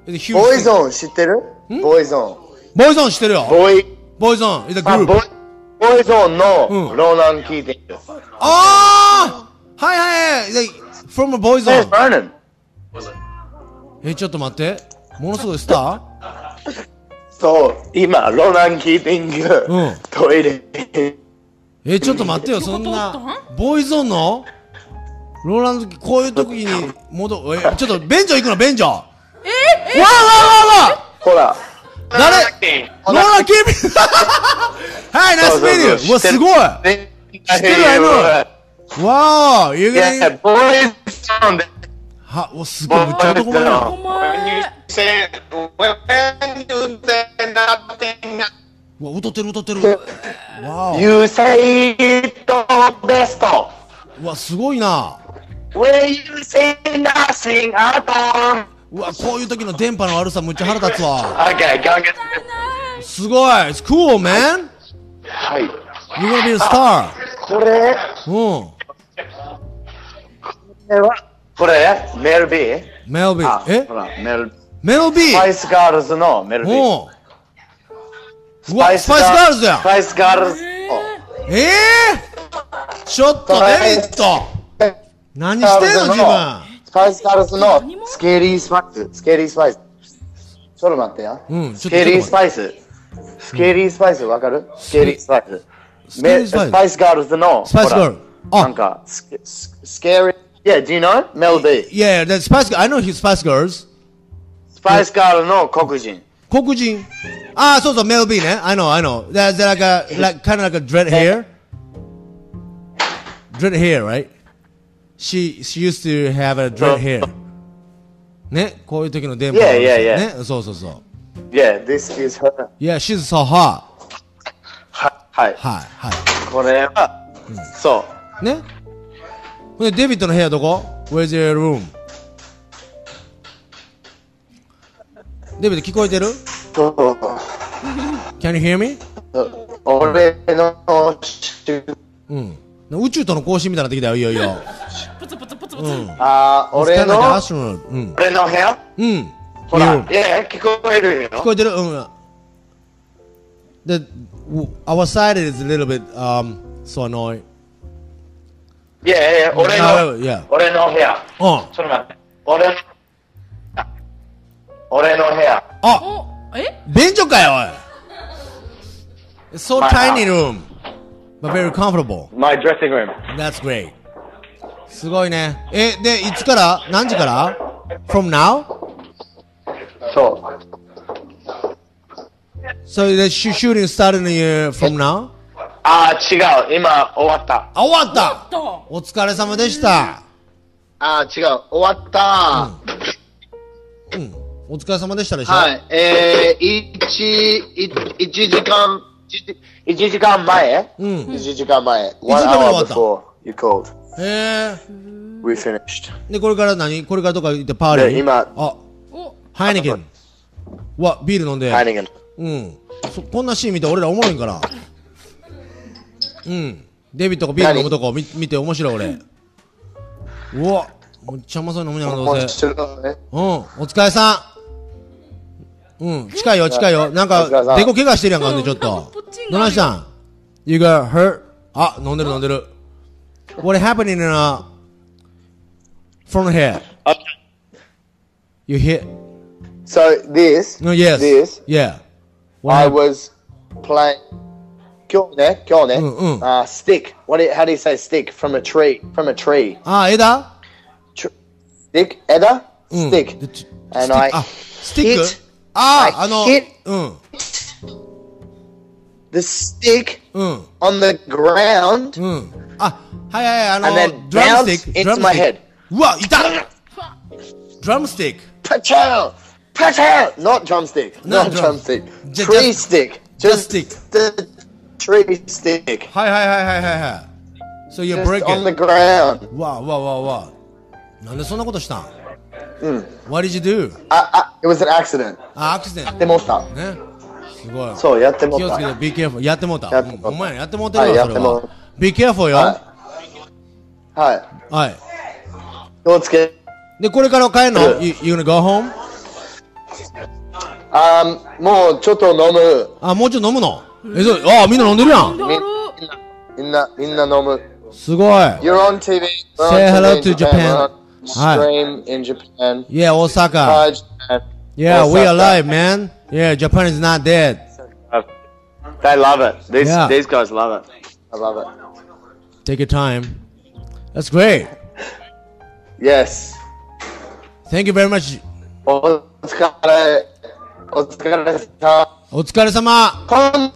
A: グ。Is a huge
C: ボーイ
A: singer.
C: ゾーン知ってるボーイゾ
A: ボーイゾーン知ってるよ
C: ーン。。ボーイ、
A: ボーイゾーン、is a
C: あ、ボ
A: group.
C: ーイボーイゾーン
A: う
C: の
A: ん
C: ローナン・キーティング。
A: ああはいはいはい。They- from a boy
C: そう
A: zone.
C: バーナン。
A: え、ちょっと待って。ものすごいスター
C: そう、今、ローナン・キーティン
A: うん
C: グ。トイレ。
A: え、ちょっと待ってよ、そんな。ボーイゾーンのローランド、こういう時に戻、え、ちょっと、便所行くの、便所わーわーわーわ
C: ほら。
A: 誰ーローランキーピング はい、ナイスメニューうわ、すごい
C: 知って
A: る I know わー、ゆげ
C: いや、ボーイズなんで。
A: は、お、すごい、むっちゃ男前
B: ご
A: や
B: い。お前。
E: Say, when you say nothing,
A: うわ、踊ってる、踊ってる。わー。
C: You say it best.
A: うわ、すごいな。
C: When you say nothing at all.
A: うわ、こういう時の電波の悪さ、むっちゃ腹立つわ。
C: Okay, go and get.
A: すごい !It's cool, man!
C: はい。
A: You're gonna be a star!
C: これ、
A: うん。
C: これは、これ、メルビー。
A: メロビ
C: あ
A: ー。、え
C: ほら、メル、ス
A: メロビ
C: パイ
A: ー
C: スガールズのメルビー。
A: うん。うわ、スパイスガールズやん
C: スパイスガールズ。
A: ええー、ちょっと、デビット何してんの、自分
C: スパイスガールズのスケリースパイス。スケリースパイス。ちょっと待ってや。
A: うんちょ
C: ス
A: っと
C: ケリースパイス。スケリースパイスわかるスケリースパイス。
A: ケリー
C: め
A: スパイス
C: スパイスガールズの。
A: スパイスガール
C: ほ。らなん
A: あ、
C: か、スケ、ススケリー。Yeah, do you know? Melody.
A: いやいや、スパイス、I know his Spice Girls.
C: スパイスガールの黒人。
A: 黒人。ああ、そうそう、メロビーね。I eh? know, I know. That's like a, like, kind of like a dread hair. Dread hair, right? She, she used to have a dread hair. ね、こういう時の電波。
C: Yeah, yeah, yeah.
A: ね、そうそうそう。
C: Yeah, this is her.
A: Yeah, she's so hot.
C: は、は
A: はい、
C: い。
A: は
C: これは、そ
A: い。ね。ほんで、デビットの部屋どこ ?Where's your room? デビット聞こえてる
C: う。と、
A: ?Can you hear me?
C: 俺の主、
A: うん。宇宙との交信みたいになってきたよ、いよいよ。
B: プツプツプツプツ。
C: あー、俺
A: Kind
C: の
A: of、like astronaut. うん。
C: 俺の部屋
A: うん。
C: ほら、いやいや、聞こえるよ。
A: 聞こえてるうん。The, w- our side is a little bit, um, so annoying.
C: いやいや、俺の、
A: いや。
C: 俺の部屋。
A: うん。あ、
C: ちょっと待って。俺の、あ俺の部屋。
B: お、え
A: 便所かよ、おい It's so
C: まあ
A: tiny room, but very comfortable.
C: My dressing room.
A: That's great. すごいね。え、で、いつから何時から ?From now?
C: そう。
A: So the sh- shooting started uh, from now?
C: あー、違う。今、終わった。
A: あ、終わった
B: と。
A: お疲れ様でした。
E: あー違う、終わった、
A: うん。お疲れ様でしたでしょ
E: はい、えー、一、一一時間、一時
C: 1時間前
A: うん。
C: ?1 時間前。1
A: 時間前終わった
C: before you called.
A: へえ。
C: We finished.
A: で、これから何これからどっか行ってパーリー
C: で今
A: あ、
B: お、
A: ハイネケン。わ、ビール飲んで。
C: Hannigan.
A: うん。そこんなシーン見て俺らおもろいんからうんデビットがビール飲むとこ見見て面白い俺うわむっちゃうまそうに飲みながらどう
C: 面
A: せ
C: 白いね。
A: うん、お疲れさん。うん、近いよ、近いよ。なん
C: お疲れさ
A: か、
C: ん
A: デコ怪我してるやんか、ね、ちょっと
B: プッチン。
A: ど
B: が
A: ないしたん ?You got hurt? あ、飲んでる飲んでる。What happening in a... from here?
F: Uh,
A: You hit?
C: So this,
A: No, yes.
C: this,
A: Yeah.
C: I
A: What
C: was playing. Kyone, kyone,
A: Mm, mm.
C: uh, stick. What? Do you, how do you say stick from a tree? From a tree.
A: hap- あ、枝
C: Tr- stick, edda,
A: うん。
C: stick.
A: でち
C: And
A: ス
C: I
A: ティックあ、スティッ
C: hit-
A: クああ、
C: I
A: あの、
C: hit-
A: う
C: the stick
A: ん、うん、
C: on the ground.
A: うん。あ、はいはい、あの
C: And then、
A: ドラムスティック。
C: bounce
A: ドラ
C: into
A: ム
C: my
A: スティッ
C: head.
A: ク。うわ、いたドラムスティック。
C: Patel! Patel! Not drumstick.
A: No,
C: not
A: drum-
C: drumstick.
A: ju-
C: tree
A: just-
C: stick.
A: just stick.
C: The tree stick.
A: はいはいはいはいはいはい。So you
C: Just
A: break
C: on the
A: it.
C: ground.
A: わあわあわあわあ。なんでそんなことしたんうん。What did you do?
C: I, I, it was an accident.
A: あ、アクシデント。ね。
C: やってもうた。
A: すごい。気をつけて
C: そう、やってもうた。、
A: be careful。やってもうた。
C: や
A: う
C: っても
A: ん
C: うた
A: お前やってもうてる
C: はい
A: わ、それ
C: やっても
A: は。be careful よ。
C: はい。はい。
A: はい。
C: 気をつけ。
A: で、これから帰るの
C: うん
A: ?you you gonna go home?
C: あー、もうちょっと飲む。
A: あ、もうちょっと飲むのえ、そう、あ、みんな飲んでるや
B: 飲ん
A: ん。
B: ではる
C: みんな-みんな飲む。
A: すごい。
C: You're on TV. We're
A: Say
C: on
A: hello
C: TV
A: to
C: in
A: Japan.
C: We're on Stream in Japan.
A: Yeah,
C: Hi,
A: Osaka.
C: Japan.
A: Yeah, we
C: Osaka.
A: alive, man. Yeah, Japan is not dead.
F: They love it. These
A: Yeah.
F: these guys love it.
C: I love it.
A: Take your time. That's great.
C: Yes.
A: Thank you very much.
C: お疲れ、お疲れさ
A: お疲れ様。
C: 今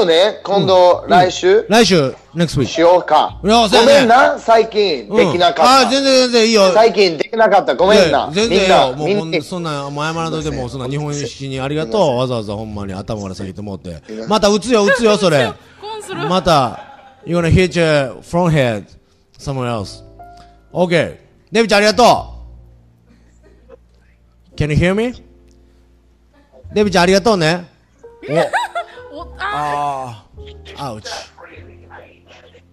C: 度ね、今
A: Mm.
C: 度、来週、
A: 来週、next week.
C: しようか。
A: いや
C: ご
A: そうやね
C: めんな、最近、
A: Mm.
C: できなか
A: う
C: っ
A: んあ
C: た。
A: 全然全然いいよ。
C: 最近、できなかった。ご
A: い
C: め
A: や
C: ん
A: い
C: な。
A: や全
C: みん
A: 然よ。
C: な、
A: も
C: み
A: うほん
C: んな。
A: そんな、もう謝らんといても、そんな日本式にありがとう。わざわざほんまに頭から下げてもって。また打つよ、打つよ、それ。
B: コンする
A: また、you're gonna hit your front head somewhere else. Okay. デビちゃんありがとう。Can you hear me? デビちゃんありがとうね。
B: おあ
A: アウチ。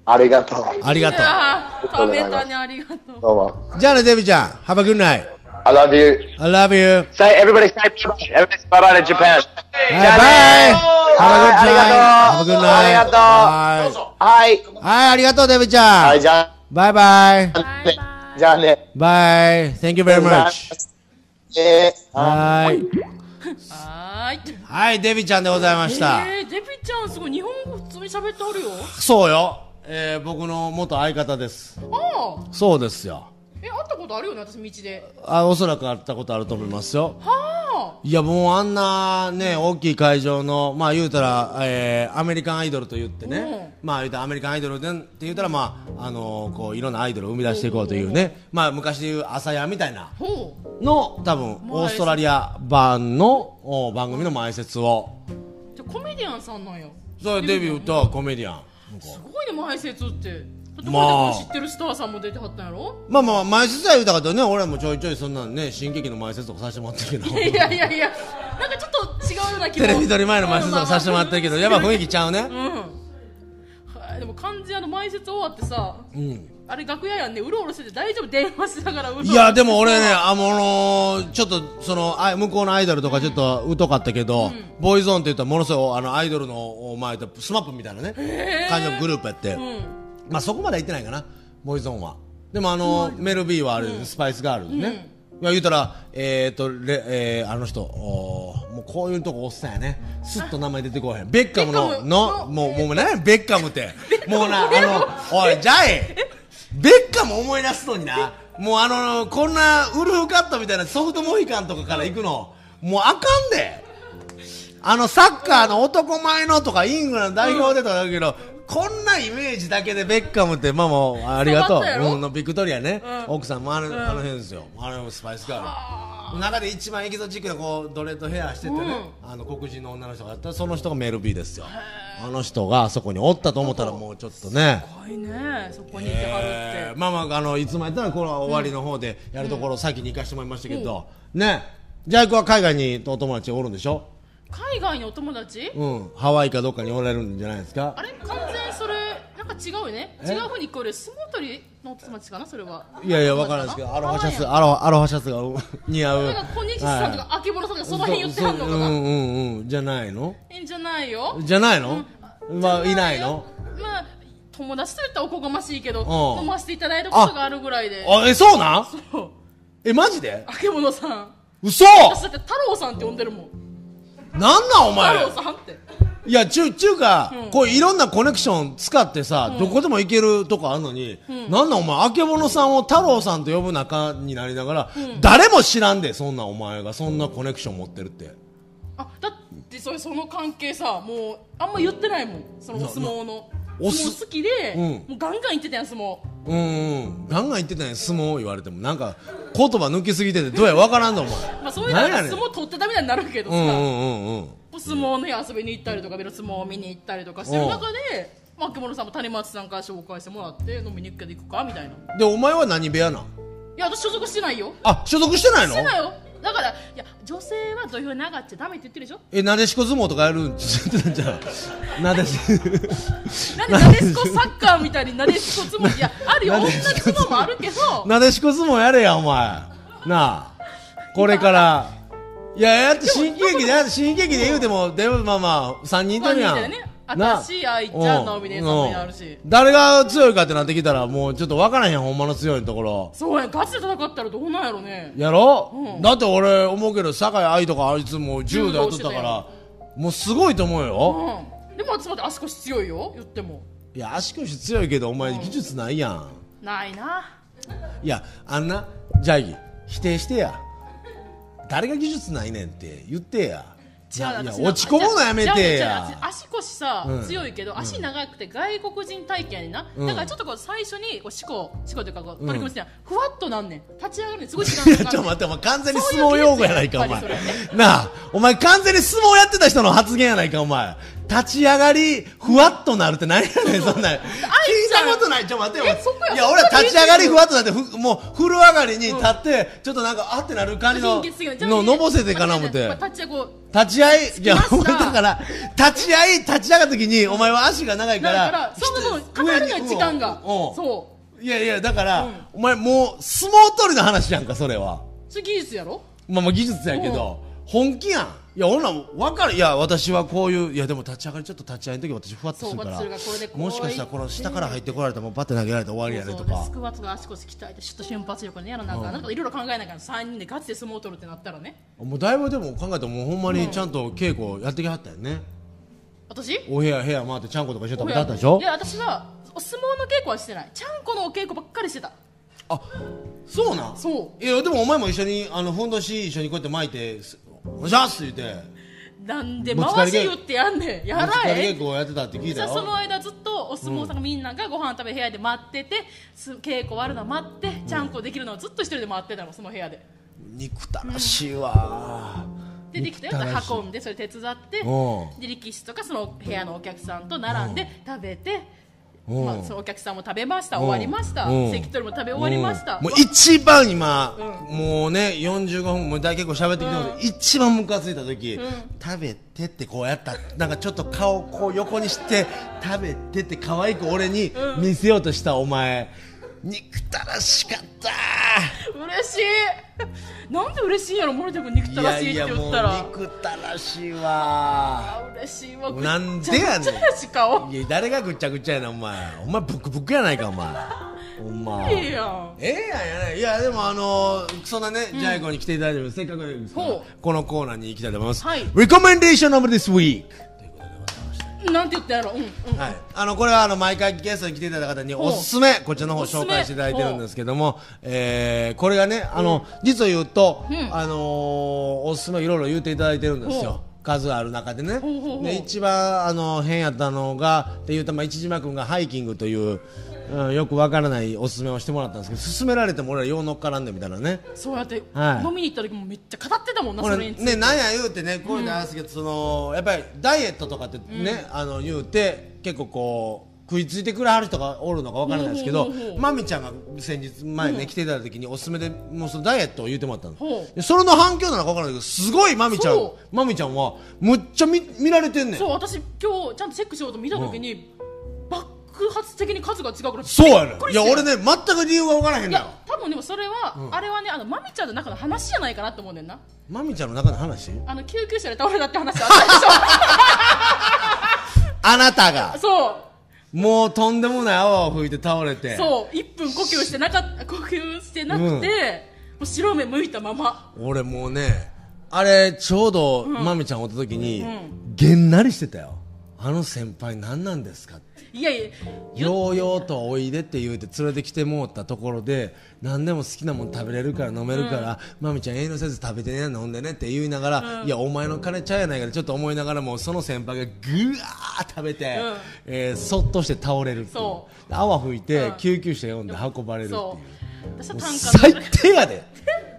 C: ありがとう。
A: ありがとう。
B: あ食べたねありがとう
C: どうも。
A: じゃあね、デビちゃん。Have a good night.
C: I love you.
A: I love you.
F: Say everybody say bye-bye. Everybody say bye-bye to Japan.
A: Bye bye. Have a good night. Have a good night.
C: ありがとうあ
A: Bye.
C: はい。
A: はい、ありがとう、デビちゃん。
C: はい、じゃあ
A: Bye bye.
C: ね。じゃあね。
A: Bye. Thank you very much.
C: えー
A: はい。
B: はーい
A: はい、デビちゃんでございました。
B: えー、デビちゃんすごい日本語普通に喋ってあるよ
A: そうよ。えー、僕の元相方です。
B: ああ
A: そうですよ。
B: え会ったことあるよね私道で
A: あ、おそらく会ったことあると思いますよ。
B: はあ
A: いや、もうあんなね、大きい会場の、まあ言うたら、えー、アメリカンアイドルと言ってね、まあ言うたらアメリカンアイドルでって言ったら、まあ、あのこう、いろんなアイドルを生み出していこうというね、まあ昔で言う朝やみたいな。
B: ほ
A: の多分オーストラリア版のお番組の前説を
B: うじゃあコメディアンさんなんや
A: それデビューとコメディアン
B: すごいね前説ってだって
A: まあ
B: これで知ってるスターさんも出てはったんやろ
A: まあまあ前説は言うたからね俺らもちょいちょいそんなんね新劇の前説とかさせてもらってる けど
B: いやいやいやいやなんかちょっと違うような気も
A: テレビ撮り前の前説とかさせてもらってる けどやっぱ雰囲気ちゃうね
B: うんはいでも完全あの前説終わってさ、あれ楽屋やんねうろうろしてて大丈夫電話しながらうろうろ
A: いやでも俺ねあのー、ちょっとそのあ向こうのアイドルとかちょっと疎かったけど、ボーイゾーンって言ったらものすごいあのアイドルのお前とスマップみたいなね感じのグループやって、
B: うん
A: まあそこまでは行ってないかな、ボーイゾーンは。でもあの、メル B はあれ、スパイスガールズね。いや言うたら、えーとレえーあの人おーもうこういうとこおっさんやねすっと名前出てこうへんベッカムの
B: ベッカム
A: の
B: の
A: もうもう何やベッカムってもうなあのおいジャイベッカム思い出すのになもうあのこんなウルフカットみたいなソフトモヒカンとかから行くのもうあかんであのサッカーの男前のとかイングランド代表でとかだけど、こんなイメージだけでベッカムってまあもうありがとう、
B: そうだったやろ
A: うん、のビクトリアね、
B: うん
A: 奥さんもあの,、あの辺ですよあのスパイスガール中で一番エキゾチックなこうドレッドヘアしててね、あの黒人の女の人がやったらその人がメルビーですよあの人があそこにおったと思ったらもうちょっとね
B: 怖いねそこにいてはる
A: え
B: っ
A: ーまあまああのいつもやったらこの終わりの方でやるところを先に行かしてもらいましたけど、ねジャイクは海外にお友達おるんでしょ
B: て、海外にお友達
A: うん、ハワイかどっかにおられるんじゃないですか
B: あれ完全にそれなんか違うよね違うふうに聞こえる相撲取りのお友達かなそれはい
A: やいや、わからんですけど、アロハシャツ、
B: あ
A: アロハアロハシャツが うん似合う。
B: なんか小西さんと
A: は
B: か秋物さんとか
A: い
B: その辺言ってはんのか
A: そうそうう
B: なん
A: うんうん、じゃないの
B: いいんじゃないよ
A: じゃないの
B: うん
A: まあ、
B: じ
A: い
B: ゃ
A: ない
B: よ
A: の
B: まあ友達と言ったらおこがましいけど
A: うん
B: 飲ませていただいたことがあるぐらいで
A: あ、え、そうなん
B: そう
A: え、マジで
B: あけものさん
A: 嘘
B: 私だって太郎さんって呼んでるもん
A: なんなんお
B: 太
A: 前
B: 郎さんって
A: いや、ちゅ、ちゅうか
B: うん、
A: こういろんなコネクション使ってさ、どこでも行けるとこあるのに、なんなんお前、あけぼのさんを太郎さんと呼ぶ仲になりながら、誰も知らんで、そんなお前がそんなコネクション持ってるって。
B: あだってそれその関係さもうあんま言ってないもんそのお相撲の
A: なおす
B: 相撲好きで、
A: うん
B: もうガンガン言ってたやん相撲
A: うんうん。ガンガン言ってたね、相撲言われても。なんか、言葉抜きすぎてて、どうやわからんの、お前。
B: まあそういうのは
A: なんやねん
B: 相撲取ってたみたいになるけど
A: う
B: さ、
A: んうんうんうん。
B: お相撲の日遊びに行ったりとかベロ相撲を見に行ったりとかしてる中でまあ秋物さんも谷松さんから紹介してもらって飲みに行くけど行くかみたいない
A: で、お前は何部屋なん
B: や私所属してないよ
A: あ、所属してないの
B: してないよだからいや女性は土俵に上がっちゃダメって言ってるでしょ
A: え、なでしこ相撲とかやるんちょっとじゃあ、 なでし、
B: なんでなでしこサッカーみたいになでしこ相撲いやあるよ
A: な
B: 女
A: で
B: の
A: しこ
B: 相撲もあるけど
A: なでしこ相撲やれや、お前。なあ、これから。いや、やって新喜劇で、やって新喜劇で言うても、でもまあまあ、三人いたるやん。
B: 三人いたよね
A: な
B: 私愛ちゃん直美姉さんも
A: うん
B: あるし
A: うん誰が強いかってなってきたら、もうちょっとわからへん、ほんまの強いところ。
B: そうやガチで戦ったらどうなんやろね
A: やろ、
B: うん
A: だって俺思うけど酒井愛とかあいつもう銃でやっとったか
B: 柔道してた
A: ら
B: よ
A: もうすごいと思う
B: う
A: よ、
B: んでも集まって足腰強いよ言っても
A: いや足腰強いけどお前技術ないやん、
B: ないない
A: やあんなジャギ否定してや誰が技術ないねんって言ってや
B: 違う
A: いや
B: 私の
A: 落ち込むのやめて
B: 違う違う違う
A: や
B: 足腰さ、
A: うん
B: 強いけど足長くて外国人体験やねんな、
A: うん
B: だからちょっとこう最初にこう思考思考というかこ
A: う
B: う
A: ん
B: 取り組みしてやんふわっとなんねん立ち上がる のにすごい時
A: い
B: 間
A: やちょっ
B: かか
A: と
B: る
A: 待ってお前完全に相撲用語やないかお前
B: そういう技術やっぱり
A: なあお前完全に相撲やってた人の発言やないかお前立ち上がりふわっとなるって何やねんそんなん聞いたことないちょっと待ってよ
B: えそこや
A: いや俺は立ち上がりふわっとなってふもう風呂上がりに立って、ちょっとなんかあってなる感じの
B: 貧血すぎる
A: ののぼせてかな思って
B: まあ立ち上がりこう
A: 立ち合いいや
B: つき
A: お
B: ました
A: 前だから立ち合い立ち上がった時にお前は足が長いか
B: だ
A: ら
B: からその
A: ひ
B: 分かかるのよ時間が
A: うんうん
B: そ
A: いやいやだから、
B: うん
A: お前もう相撲取りの話やんかそれは
B: うそれ技術やろ
A: まあまあ技術やけど、本気やんいや俺ら分かるいや私はこういういやでも立ち上がりちょっと立ち上がりの時私ふわっとするから
B: そうふわっとするからこれでこう
A: もしかしたらこの下から入ってこられたらもうバッて投げられて終わりやねと
B: そうそう
A: か
B: スクワットが足腰鍛えてちょっと瞬発力ねやらなあかんなんかいろいろ考えながら3人でガチで相撲を取るってなったらね
A: もうだいぶでも考えたらもうほんまにちゃんと稽古やってきはったよね、
B: 私
A: お部屋部屋回ってちゃんことかしてたことあったでしょ
B: いや私はお相撲の稽古はしてないちゃんこのお稽古ばっかりしてた
A: あそうなん
B: そう
A: いやでもお前も一緒にあのふんどし一緒にこうやって巻いてす「お願いします」って言って
B: なんで
A: ぶつか
B: 回
A: り
B: し言ってやんねんや
A: ぶつ
B: ら
A: かり
B: へ
A: 稽
B: ん
A: 古をやってたって聞い
B: じ
A: た
B: ゃあその
A: よ
B: 間ずっとお相撲さんがみんながご飯食べる部屋で待ってて、す稽古終わるの待ってちゃんこできるのをずっと一人で待ってたのその部屋で
A: 憎たらしいわ
B: でできたよ
A: 憎らしい
B: 運んでそれ手伝って
A: うん
B: で力士とかその部屋のお客さんと並んで食べて、
A: うん
B: まあ、そのお客さんも食べました終わりました関取も食べ終わりました
A: うんもう一番今、
B: う
A: もうね45分もう大結構喋ってきたので、一番ムカついた時、食べてってこうやったなんかちょっと顔こう横にして食べてって可愛く俺に見せようとしたお前、憎たらしかった
B: 嬉しい なんで嬉しいんやろ森田君憎たらしいって言ったら
A: いやいやもう憎たらしいわ
B: あ嬉しいわ
A: なんでやねん
B: ぐっちゃぐちゃやし顔
A: いや誰がぐっちゃぐちゃやなお前お前ブクブクやないかお前お前
B: いいやん
A: ええやんやないいやでもあのー、そんなね、ジャイコに来ていただいてるせっかくですから
B: ほ
A: このコーナーに行きたいと思います、
B: はい
A: Recommendation of this week
B: なんて言ったやろうんうん
A: はい、あのこれはあの毎回ゲストに来ていただいた方に
B: う
A: おすすめこちらの方紹介していただいてるんですけども、えーこれがねあの、実を言うと、
B: ん
A: あのーおすすめいろいろ言っていただいてるんですよ
B: ほ
A: 数ある中でね
B: ほうほうほう
A: で一番あの変やったのがっていうと、まあ、一島君がハイキングという、うんよくわからないおすすめをしてもらったんですけど勧められても俺はよう乗っからんでみたいなね
B: そうやって
A: はい
B: 飲みに行った時もめっちゃ語ってたもんな
A: こ
B: そ
A: れ
B: れについ
A: ね
B: て
A: なんや言うてねこういうのあるんですけど、そのやっぱりダイエットとかってね、あの言うて結構こう食いついてくれはる人がおるのかわからないですけど
B: ほうほうほうほう
A: まみちゃんが先日前ね来ていただいた時におすすめでもうそのダイエットを言うてもらったの
B: ほ
A: でそれの反響なのかわからないけどすごいまみちゃん
B: そ
A: まみちゃんはむっちゃ見見られてんねん
B: そう私今日ちゃんとチェックしようと見た時に、爆発的に数が違うから
A: そうやね
B: びっく
A: ん
B: り
A: い
B: して
A: や俺ね全く理由がわからへん
B: い
A: のよ
B: や多分でもそれは、あれはねあのマミちゃんの中の話じゃないかなと思うねんな
A: まみちゃんの中の話
B: あの救急車で倒れたって話あった
A: あなた
B: で
A: が
B: しょ そう
A: もうとんでもない泡を吹いて倒れて
B: そう1分呼吸してなかった呼吸してなくて、
A: うん
B: もう白目向いたまま
A: 俺もうねあれちょうどまみちゃんおった時に、げんなりしてたよあの先輩何なんですかって
B: いやいや
A: ようようとおいでって言うて連れてきてもうたところで何でも好きなもん食べれるから飲めるから、まみちゃん遠慮せず食べてね飲んでねって言いながら、いやお前の金ちゃうやないからちょっと思いながらもその先輩がぐわー食べて、
B: うん
A: えーそっとして倒れるっていう
B: そ
A: 泡吹いて、
B: うん
A: 救急車呼んで運ばれるっていう
B: そう私は
A: もう
B: 短歌
A: 最
B: の
A: 低やで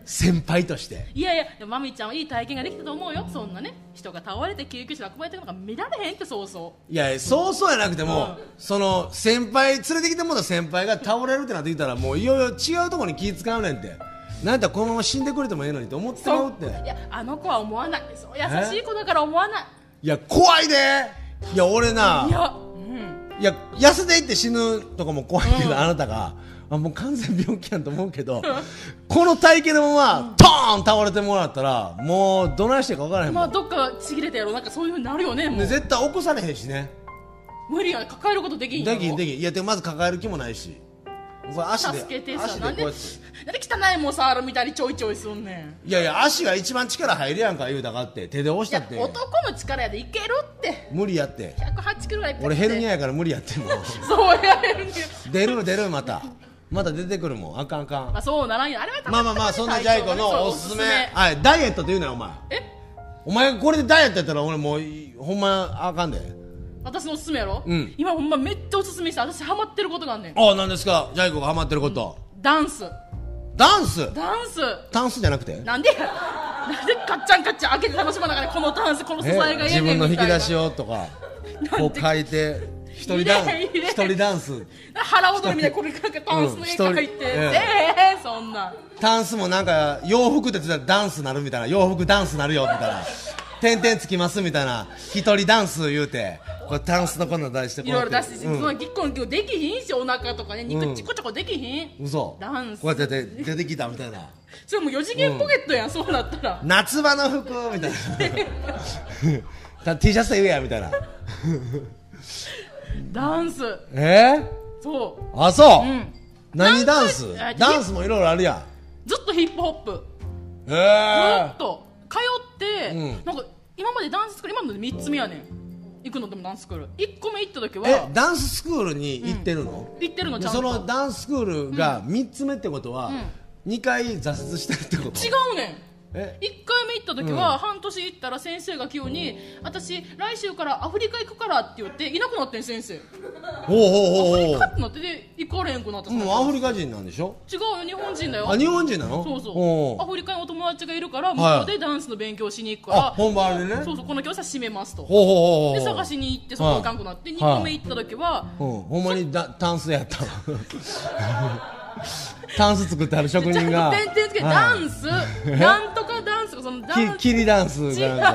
A: 先輩として
B: いやいやでもマミちゃんはいい体験ができたと思うよそんなね人が倒れて救急車で運ばれてるのが見られへんってそうそ
A: いやそうそうやなくても、その先輩連れてきてもらった先輩が倒れるってなってきたらもういよいよ違うところに気使うねんってなんだこのまま死んでくれてもええのにと思っ
B: う
A: てま
B: そう
A: って
B: いやあの子は思わないそう優しい子だから思わない
A: いや怖いでいや俺ない
B: やうん
A: いや痩せていって死ぬとかも怖いけど、あなたがあもう完全病気やんと思うけどこの体型のままトーン倒れてもらったらもうどないしてか分からへんも
B: ま
A: ん、
B: あどっかちぎれたやろなんかそういうふうになるよねも
A: で
B: う
A: 絶対起こされへんしね
B: 無理やん抱えることできんよ
A: できんできんいやでもまず抱える気もないしこれ足で
B: 助けて
A: 足
B: さ
A: で
B: な
A: こ
B: ん
A: う
B: で
A: や
B: な
A: っ
B: んで
A: て
B: 汚いもん触るみたいにちょいちょいすんねん
A: いやいや足が一番力入るやんか言うたかって手で押し
B: い
A: た
B: や
A: って
B: 男の力やでいけるって
A: 無理やって
B: 108キロぐらい
A: 俺ヘルニア
B: ア
A: やから無理や っても
B: そうやヘルニ
A: 出る出るまたまた出てくるもんあかんあか
B: アま
A: ん
B: あそうならんよあれはた
A: ま
B: ま
A: あ
B: た
A: まあま
B: ま
A: あそんなジャイコのおすすめはいダイエットって言うなよお前
B: え
A: お前がこれでダイエットやったら俺もういほんまあかんで
B: 私のおすすめやろ、
A: うん
B: 今ほんまめっちゃおすすめして私ハマってることがあんねん
A: ああ何ですかジャイコがハマってること
B: ダンス
A: ダンス
B: ダンス
A: ダンスじゃなくて
B: なんでやなんでカッチャンカッチャン開けて楽しまながらこのダンスこの素
A: え
B: 材がええ
A: 自
B: ね
A: 分
B: ん
A: の
B: み
A: 引
B: た
A: き
B: いな
A: 出しをとかこう書いて一人ダン
B: 入れ入れ
A: 一人ダンス
B: 腹踊りみたいなこれなんかダンスの絵描い
A: う
B: て、
A: ん一人
B: ええそんな
A: タンスもなんか洋服って言ってたらダンスなるみたいな洋服ダンスなるよみたいな点々つきますみたいな一人ダンス言うてこれタンスのこんなの出してこ
B: いう
A: や
B: ろ
A: っ
B: いろ
A: て
B: 出してし、
A: うん
B: そんなぎっこんぎょできひんしお腹とかね
A: うん
B: 肉ちこちょこできひん、
A: 嘘
B: ダンス
A: こうやって出て出てきたみたいな
B: それもう4次元ポケットやん、そうなったら
A: 夏場の服み たいな T シャツで言えやみたいな
B: ダンス
A: え
B: そう
A: ー、あそう、
B: うん
A: 何ダンス
B: なんかあ
A: ダンスもいろいろあるや
B: ずっとヒップホップず
A: んえ
B: っ
A: え
B: と通って、
A: うん
B: なんか今までダンススクール今ので3つ目やねん行くのでもダンススクール1個目行った時は
A: えダンススクールに行ってるの、
B: 行ってるのち
A: で
B: ゃんと
A: そのダンススクールが3つ目ってことは、二2回挫折してるってこと
B: 違うねん
A: え
B: 1回目行った時は、半年行ったら先生が急に「私来週からアフリカ行くから」って言っていなくなってん先生
A: ほうほうほうほ
B: カッてなってで行かれへんくなった
A: う
B: 違う
A: もうアフリカ人なんでしょ
B: よ日本人だよ
A: あ日本人なの
B: そうそうア
A: ほ
B: フリカにお友達がいるから向
A: はい
B: こうでダンスの勉強しに行くか
A: う
B: ら、
A: あ本番あれね
B: そうそうこの教室は閉めますと
A: ほうほうほうほう
B: で探しに行ってそこ行かんくなって
A: はい
B: 2個目行った時は
A: うんほんまにだタンスやった タンス作ってある職
B: ちゃん
A: 人
B: と
A: が
B: 点々つけてダンス なんとかダンスがそのダン
A: き切りダンス
B: 違う
A: が
B: た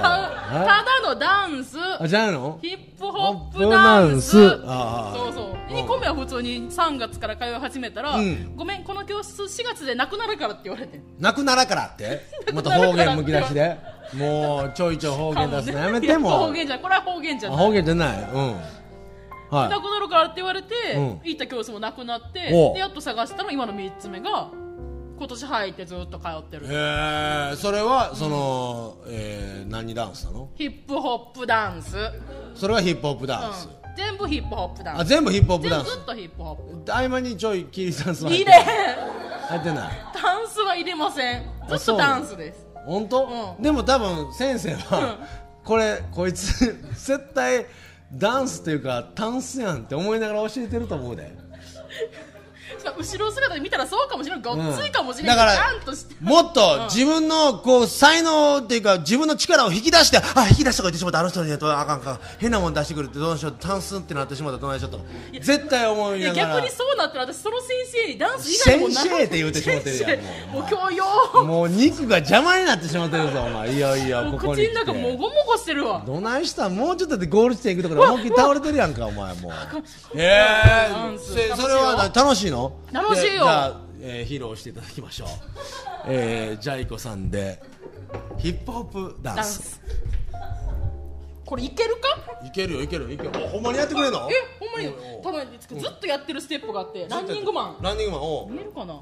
A: あ
B: だのダンス
A: あじゃないの
B: ヒップホップダンス
A: ホップダンス
B: そうそう2個目は普通に3月から通い始めたら、
A: うん
B: ごめんこの教室4月でなくなるからって言われてん
A: なくならからってまた
B: なくなら
A: 方
B: から
A: 言むき出しでもうちょいちょい方言出すのやめ
B: い
A: ても
B: 方言じゃないこれは方言じゃ
A: あ
B: ない
A: 方言じゃないうんはい
B: なくなるからって言われて、
A: うん
B: 行った教室もなくなって
A: おう
B: でやっと探したの今の3つ目が今年入ってずっと通ってる
A: えー、それはその、えー、何ダンスなの
B: ヒップホップダンス、うん
A: それはヒップホップダンス、
B: 全部ヒップホップダンス
A: あ全部ヒップホップ
B: 全
A: ダン
B: 部
A: ス
B: ずっとヒップホッ
A: 合間にちょいキリダンス
B: プ
A: は入っ
B: 入れ
A: てない入ってない
B: ダンスは入れませんず
A: あ
B: っ
A: そう
B: とダンスです
A: 本当、
B: うん
A: でも多分先生は、これこいつ 絶対ダンスというかタンスやんって思いながら教えてると思うで
B: そう後ろ姿で見たらそうかもしれない。ごっついかもしれ
A: だか
B: な
A: ら
B: い。ちゃんとして。
A: もっと自分のこう才能っていうか自分の力を引き出してあ引き出したから言ってしまったあの人にやっとあかんか変なもん出してくるってどの人タンスンってなってしまったらどないしょと絶対思い
B: い
A: な
B: や
A: が
B: 逆
A: ら
B: にそうなったら私その先生にダンス以外にもな
A: 先生って言うてしまってるやん
B: 先生もう教 養
A: もう肉が邪魔になってしまってるぞお前いやいや
B: も
A: こ
B: う
A: こ
B: 口
A: に来
B: の中も
A: て
B: ごもごしてるわ
A: どないしたんもうちょっとでゴール地点行くところ思いっきり倒れてるや んかお前もうえ
B: ダ
A: え
B: ンス
A: せそれはな楽しいの
B: 楽し
A: で
B: いよ
A: じゃあ、えー披露していただきましょうえー、ジャイコさんでヒップホップダンス
B: ダンスこれいけるか
A: いけるよいけるよいけるよほんまにやってくれるの
B: えほんまに多分ずっとやってるステップがあってランニングマン
A: ランニングマンお
B: 見えるかな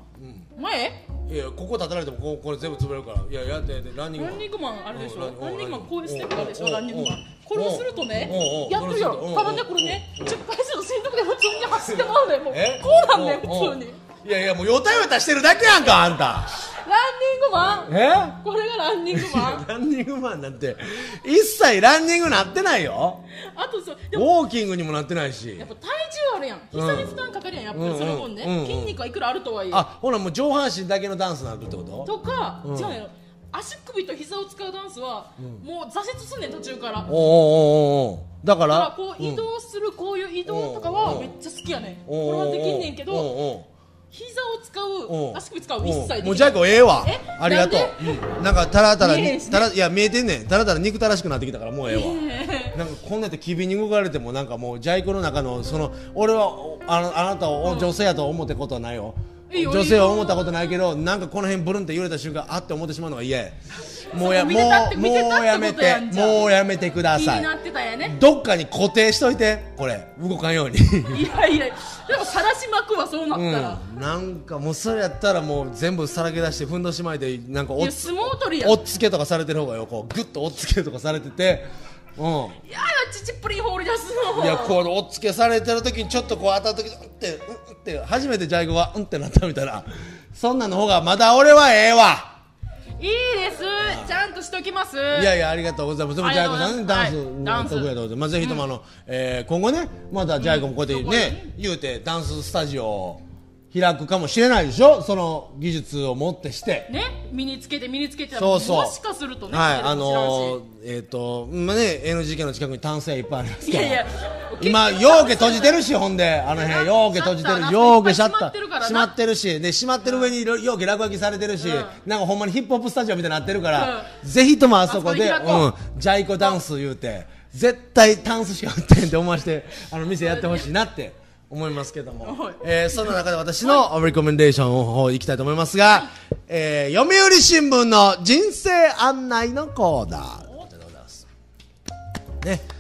B: 前
A: ういやここ立たれてもこうこれ全部潰れるからいややってやってランニング
B: ラ
A: マ
B: ン
A: ン
B: ニングマンあれでしょ
A: う
B: ラ
A: ん
B: ンニングマンこういうステップあるでし
A: う
B: ょ
A: ん
B: ランニングマ
A: う
B: ン
A: ん
B: これをするとね
A: うん
B: やっ
A: うん
B: てる
A: うん
B: よたまにねこれね10回するのしんどくて普通に走ってまうねもう
A: え
B: こうなんね普通に
A: いやいやもうよたよたしてるだけやんかあんた
B: ランニングマン
A: え
B: これがランニングマン
A: ランニングマンなんて一切ランニングなってないよ
B: あとそう
A: ウ
B: でも
A: ォーキングにもなってないし
B: やっぱ体重あるやん膝に負担かかるやんやっぱ
A: うんうん
B: りその分ね、
A: うんうん
B: 筋肉はいくらあるとはいえ
A: あほらもう上半身だけのダンスになるってこと
B: とか、違うよ足首と膝を使うダンスは、もう挫折すんねん途中からだ
A: おおおうおうおうだか
B: から
A: ら
B: こう移動する、こういう移動とか
A: うん
B: はめっちゃ好きやねん
A: うんお
B: こ
A: うおうおう
B: れはできんねんけ
A: おう
B: ど
A: おう
B: 膝を使う
A: うん
B: 足首使う一切できない
A: もうジャイコええわ
B: え
A: ありがとうなんかたらたら
B: 見えへんしね
A: たらいや見えてんねんたらたら憎たらしくなってきたからもうええわなんかこんなやって機敏に動かれてもなんかもうジャイコの中のその俺はおあのあなたをお女性やと思ったことはないよ
B: いいよ
A: 女性は思ったことないけどなんかこの辺ブルンって揺れた瞬間あって思ってしまうのが嫌やもうや
B: そ
A: も
B: こ見てたって
A: う
B: 見てたって
A: もうやめ
B: こと
A: て
B: やんじゃあ
A: もうやめてくだ
B: 気
A: さ
B: に
A: い
B: なってたんやね
A: どっかに固定しといてこれ動かんように
B: いやいやでも晒しまくわそうなったら、
A: うん、なんかもうそれやったらもう全部さらけ出してふんどしまいでなんか
B: い
A: おっ
B: や
A: つ
B: 相撲取りやん
A: おっつけとかされてる方がよこうグッとおっつけとかされててうん
B: いやいやちちプリン放り出すの
A: いやこうおっつけされてる時にちょっとこう当たった時にうんってうんうんって初めてジャイゴはうんってなったみたいなそんなの方がまだ俺はええわ
B: いいですちゃんとしときますい
A: いやいやありがとうございますでも
B: あ
A: ジ
B: り
A: ャ
B: が
A: イ
B: とう
A: ゴ
B: ござ
A: さんねダン
B: います
A: ス
B: はいダン
A: の
B: ス
A: 得意だと思って、まあ、ぜひともあの、えー今後ねまだジャイゴもこうやってね、言うてダンススタジオを開くかもしれないでしょその技術をもってして
B: ね、身につけて身につけてたら
A: そうそう
B: もしかするとね、
A: はい
B: 見て
A: あ
B: るかもしらんし
A: のー、えっ、とまあね NGK の近くに単線いっぱいあります
B: い
A: から
B: やいや
A: 今
B: 結
A: よ
B: 局
A: うけ閉じてるしほんであの辺
B: な
A: ようけ閉じて
B: シャ
A: る
B: ッターな
A: ようけシ
B: シ
A: ャ
B: ャ
A: ッ
B: ッ
A: タ
B: タ
A: ー
B: ー
A: 閉まってるしで閉まってる上によようけ落書きされてるし、
B: う
A: なんかほんまにヒップホップスタジオみたいになってるから、ぜひともあそこで
B: あそこに開こ
A: うん、ジャイコダンス言うて絶対タンスしか売ってへんって思わしてあの店やってほしいなって思いますけども
B: はい、
A: えー、そんな中で私のレコメンデーションの方行きたいと思いますが、えー、読売新聞の人生案内のコーナーでございますね、えー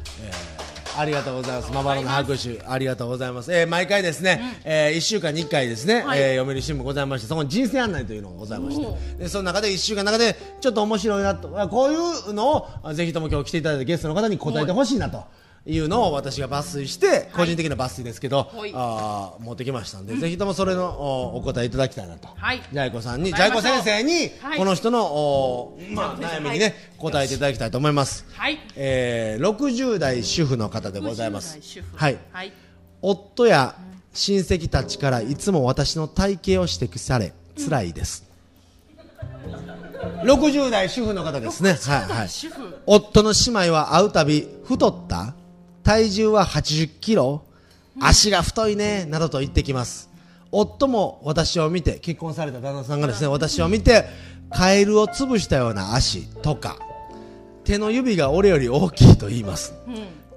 A: ありがとうございます。まばらの拍手、ありがとうございます。えー毎回ですね、えー一週間に一回ですね、
B: はい
A: えー読売新聞ございまして、そこに人生案内というのがございまし
B: お
A: て、でその中で一週間の中でちょっと面白いなと、あこういうのをあぜひとも今日来ていただいたゲストの方に答えてほしいなと。いうのを私が抜粋して個人的な抜粋ですけど、
B: はい
A: あー持ってきましたんで、ぜひともそれのおお答えいただきたいなと、
B: はい
A: ジャイコさんにジ
B: 頑
A: ャイ
B: 張り
A: コ
B: ましょう
A: 先生に、
B: はい
A: この人のおまあ、悩みにね、答えていただきたいと思います。
B: はい
A: えー、60代主婦の方でございます
B: 60代主婦
A: はい
B: はい、
A: 夫や親戚たちからいつも私の体型を指摘され辛いです、60代主婦の方ですねはいはい
B: 主婦
A: 夫の姉妹は会うたび太った体重は80キロ足が太いねなどと言ってきます夫も私を見て結婚された旦那さんがですね私を見てカエルを潰したような足とか手の指が俺より大きいと言います、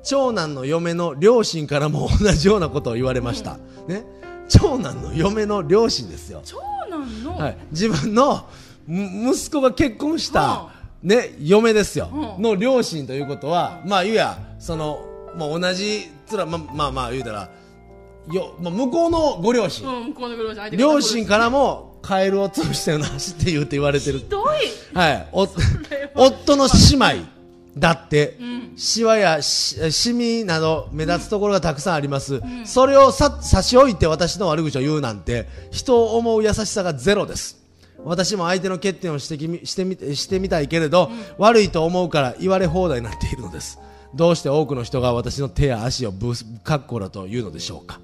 A: 長男の嫁の両親からも同じようなことを言われました、ね長男の嫁の両親ですよ
B: 長男の、
A: はい、自分のむ息子が結婚した、
B: は
A: ね、嫁ですよ、
B: うん
A: の両親ということは、まあ言うやその、まあ、同じつらままあまあ言うたらよ、まあ、向こうのご両親、
B: うん、向こうのご両親
A: 両親かららもカエルを潰したような足って言うって言われてる
B: ひどい
A: はい、お
B: れは
A: 夫の姉妹だって、シワやしシミなど目立つところがたくさんあります、それをさ差し置いて私の悪口を言うなんて人を思う優しさがゼロです私も相手の欠点を指摘みしてみしてみたいけれど、悪いと思うから言われ放題になっているのですどうして多くの人が私の手や足をブスかっこだと言うのでしょうか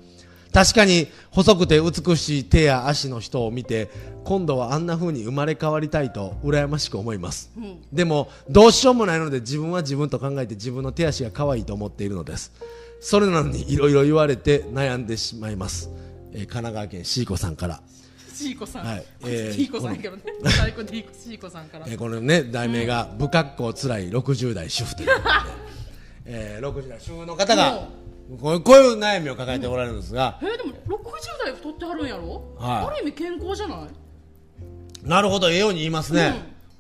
A: 確かに細くて美しい手や足の人を見て今度はあんな風に生まれ変わりたいと羨ましく思います、でもどうしようもないので自分は自分と考えて自分の手足が可愛いと思っているのですそれなのにいろいろ言われて悩んでしまいます、えー神奈川県シーコさんから
B: シーコさん、
A: はい
B: これ
A: えー
B: シーコさんやけどね最高シーコさんから
A: えーこのね題名が「不格好つらい60代主婦」ということで、えー60代主婦の方がこういうこういう悩みを抱えておられるんですが、
B: えー、でも60代太ってはるんやろ、
A: はい
B: ある意味健康じゃない
A: なるほどええように言いますね、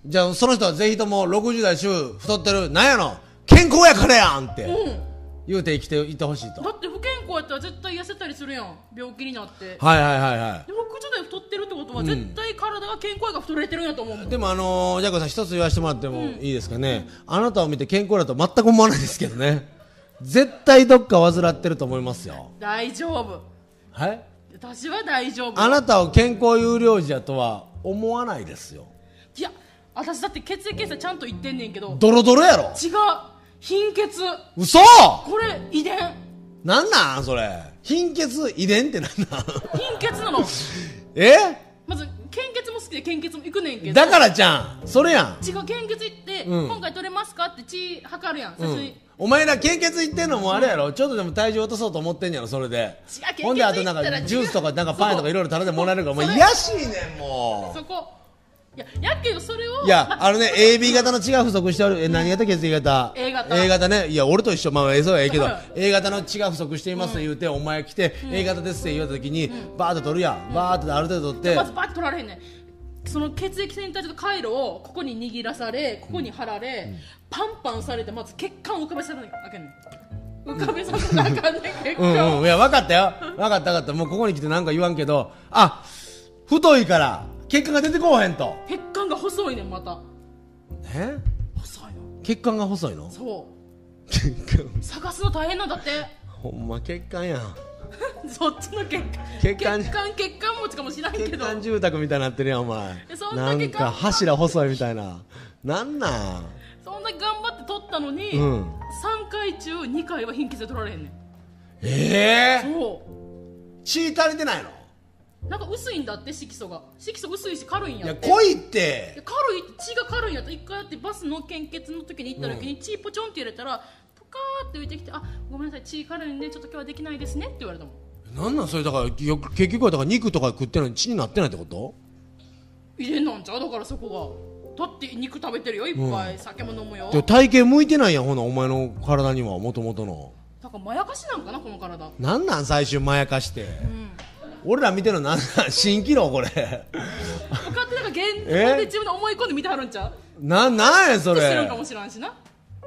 A: じゃあその人はぜひとも60代主婦太ってるなんやの健康やからやんって
B: うん
A: 言うて生きていってほしいと
B: だって不健康やったら絶対痩せたりするやん病気になって
A: はいはいはいは
B: で60代太ってるってことは絶対体が健康やから太れてるんやと思うもん、
A: いでもあのー、ジャコさん一つ言わせてもらってもいいですかね、あなたを見て健康だと全く思わないですけどね絶対どっか患ってると思いますよ
B: 大丈夫
A: はい
B: 私は大丈夫
A: あなたを健康有料児やとは思わないですよ
B: いや私だって血液検査ちゃんと言ってんねんけど
A: ドロドロやろ
B: 違う貧血
A: 嘘
B: これ遺伝
A: なんなんそれ貧血遺伝ってなんなん
B: 貧血なの
A: え
B: まず献血も好きで献血も行くねんけど
A: だからじゃんそれやん、
B: 違う献血行って、
A: うん
B: 今回取れますかって血測るやん、
A: う
B: 最初
A: ん
B: に、
A: お前ら献血いってんのもあれやろちょっとでも体重落とそうと思ってんやろそれで
B: 違う
A: ほんで
B: 献血
A: あとなん
B: 行っ
A: か
B: た
A: らジュースとかなんかパンとかいろいろ食べてもらえるからもう
B: そ
A: 癒
B: れ
A: やしいねんもう
B: そこいややけどそれを
A: いや
B: ま
A: あのね AB 型の血が不足しておるえ何型血液型
B: A 型
A: ねいや俺と一緒まあ映像はええけど
B: うん
A: A 型の血が不足しています言うてお前来て A 型ですって言われた時にバーッと取るやんバーッとある程度取って
B: まずバッと取られへんねんその血液センターと回路をここに握らされここに貼られ、パンパンされてまず血管を浮かべさせなきゃあかんねん浮かべさせなあかんねん血
A: う
B: 管
A: んうんいや分かったよ分かった分かったもうここに来てなんか言わんけどあ太いから血管が出てこうへんと
B: 血管が細いねんまた
A: え
B: 細いの
A: 血管が細いの
B: そ
A: 血管
B: う探すの大変なん だって
A: ほんま血管やん
B: そっちの血管
A: 血管
B: 血管血管持ちかもしらんけ
A: 血
B: ど
A: 管住宅みたいになってるやんお前
B: えそん
A: な
B: だけ
A: ん
B: 頑張
A: か柱細いみたいななんなん
B: そんな頑張って取ったのに、
A: うん
B: 3回中2回は貧血で取られへんねん
A: ええ
B: そ
A: 血足りてないの
B: うなんか薄いんだって色素が色素薄いし軽いん
A: い
B: や
A: や
B: って
A: 濃いっ
B: いや
A: て
B: 軽い血が軽いんやった一回だってバスの献血の時に行った時に血ポチョンって入れたらポカーって浮いてきてあごめんなさい血軽いんでちょっと今日はできないですねって言われたもん
A: なんなんそれだからよく結局はだから肉とか食ってるのに血になってないってこと
B: 遺伝なんちゃうだからそこがだって肉食べてるよいっぱい、酒も飲むよ
A: でも体型向いてないやんほなお前の体にはもともとの
B: だからまやかしなんかなこの体
A: なんなん最終まやかして、俺ら見てるのなんなん 蜃気楼これ
B: 分かってなんか現実
A: え
B: で自分で思い込んで見てはるんちゃう
A: ななんやそ
B: してるん
A: れ
B: かもしらんしな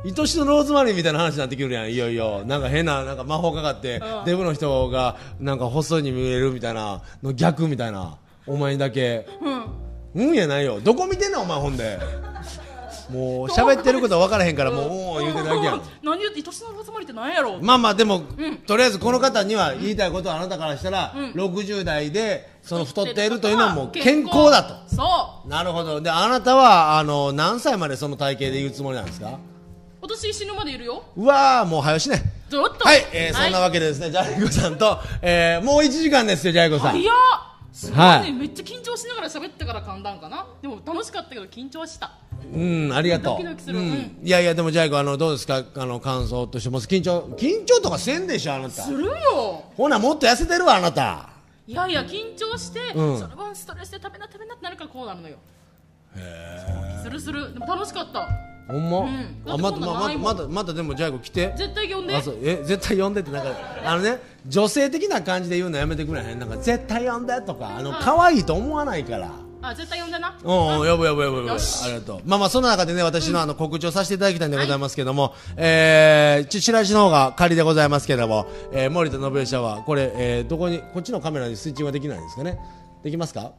A: 愛しのローズマリーみたいな話になってくるやんいよいよなんか変ななんか魔法かかって、
B: うん
A: デブの人がなんか細いに見えるみたいなの逆みたいなお前だけ
B: うん
A: うんやないよどこ見てんのお前ほんでもう喋ってること分からへんからもううん言うてるだけやん
B: 何言って愛しのローズマリーって何やろう、
A: まあまあでも、
B: ん
A: とりあえずこの方には言いたいことはあなたからしたら、
B: ん
A: 60代でその太っているというのはもう健康だと
B: そう
A: なるほどであなたはあの何歳までその体型で言うつもりなんですか
B: 私死ぬまでいるよ
A: うわーもう早よしね
B: ずっと
A: はい、えーそんなわけでですねジャイコさんと、えーもう1時間ですよジャイコさん
B: いやすごいね、
A: はい
B: めっちゃ緊張しながら喋ってから噛んだんかなでも楽しかったけど緊張した
A: うんありがとう
B: ドキドキする
A: う
B: うん
A: ん、いやいやでもジャイコあのどうですかあの感想としてます緊張緊張とかせんでしょあなた
B: するよ
A: ほなもっと痩せてるわあなた
B: いやいや緊張して、
A: うん
B: その分ストレスで食べな食べなってなるからこうなるのよへえするするでも楽しかった
A: ほんま、
B: うん
A: あまた
B: だってそんな
A: ま
B: ない
A: た
B: もん
A: またまたでもジャイコ来て
B: 絶対呼んで
A: あそうえ絶対呼んでってなんかあのね女性的な感じで言うのやめてくれへんなんか絶対呼んでとかあの可愛いと思わないから
B: あ絶対呼んでな
A: うんうん、やぶやぶやぶやぶ。あ
B: よし
A: りがとう。まあまあ、その中でね、私のあの、告知をさせていただきたいんでございますけども、えー、ちチラシの方が仮でございますけども、えー、森田信義は、これ、えー、どこに、こっちのカメラにスイッチングはできないんですかねできますか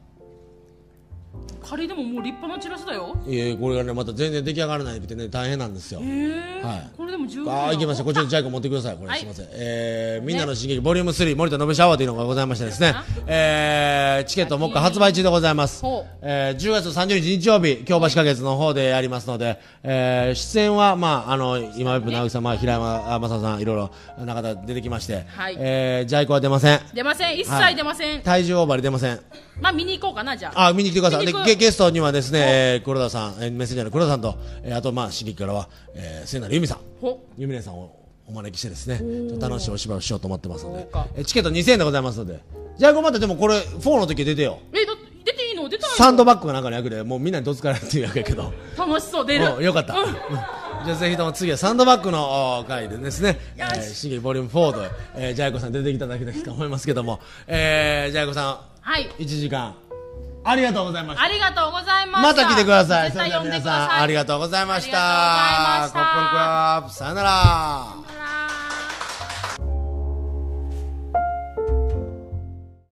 B: カレーでももう立派なチラシだよ
A: いえこれがねまた全然出来上がらないってね大変なんですよ
B: へえ、
A: はい
B: これでも十分
A: ああ、行きました。こちらにジャイコ持ってください。これ、
B: はい
A: すみません。えー、みんなの進撃、ボリューム3、森田信シアワーというのがございましてですね
B: ね、
A: えー、チケットもう一回発売中でございます
B: ほう。
A: えー、10月30日日曜日、京橋花月の方でやりますので、えー、出演は、まあ、あの、今、ウェブ直木様、平山正夫さん、いろいろ、中田出てきまして、
B: はい
A: えー、ジャイコは出ません。
B: 出ません一
A: はい
B: 切出ません、
A: 体重オーバーで出ません。
B: まあ見に行こうかなじゃあ
A: あ、見に来てください。で
B: 見に行、く
A: ゲゲストにはですね、えー黒田さん、えーメッセンジャーの黒田さんと、えー、あと、まあ、進撃からは、えー、聖なる由美さん。
B: ほ
A: ゆみねさんをお招きしてですね、ちょっと楽しいお芝居をしようと思ってますの
B: そ
A: で
B: うか、
A: えチケット2000円でございますので、じゃあまたでもこれ、4の時出てよ。
B: えだって出ていいの出たいの
A: サンドバッグがなんかの役で、もうみんなにどつかれるっていう役やけど、
B: 楽しそう出
A: うん
B: る
A: よかった。
B: う
A: うんんじゃあぜひとも次はサンドバッグのお回でですね、え
B: よし
A: ー、シゲボリューム4で、えー、ジャイコさん出てきただけですと思いますけども、えー、ジャイコさ
B: はい
A: ん、1時間、ありがとうございました。
B: ありがとうございま
A: ま
B: した
A: 来てください。
B: 絶対
A: それ
B: 呼ん
A: では皆
B: でくだ
A: さ
B: さ
A: ん、
B: い
A: ありがとうございました。
B: ありがとうございました
A: コップンクラブ、さよなら。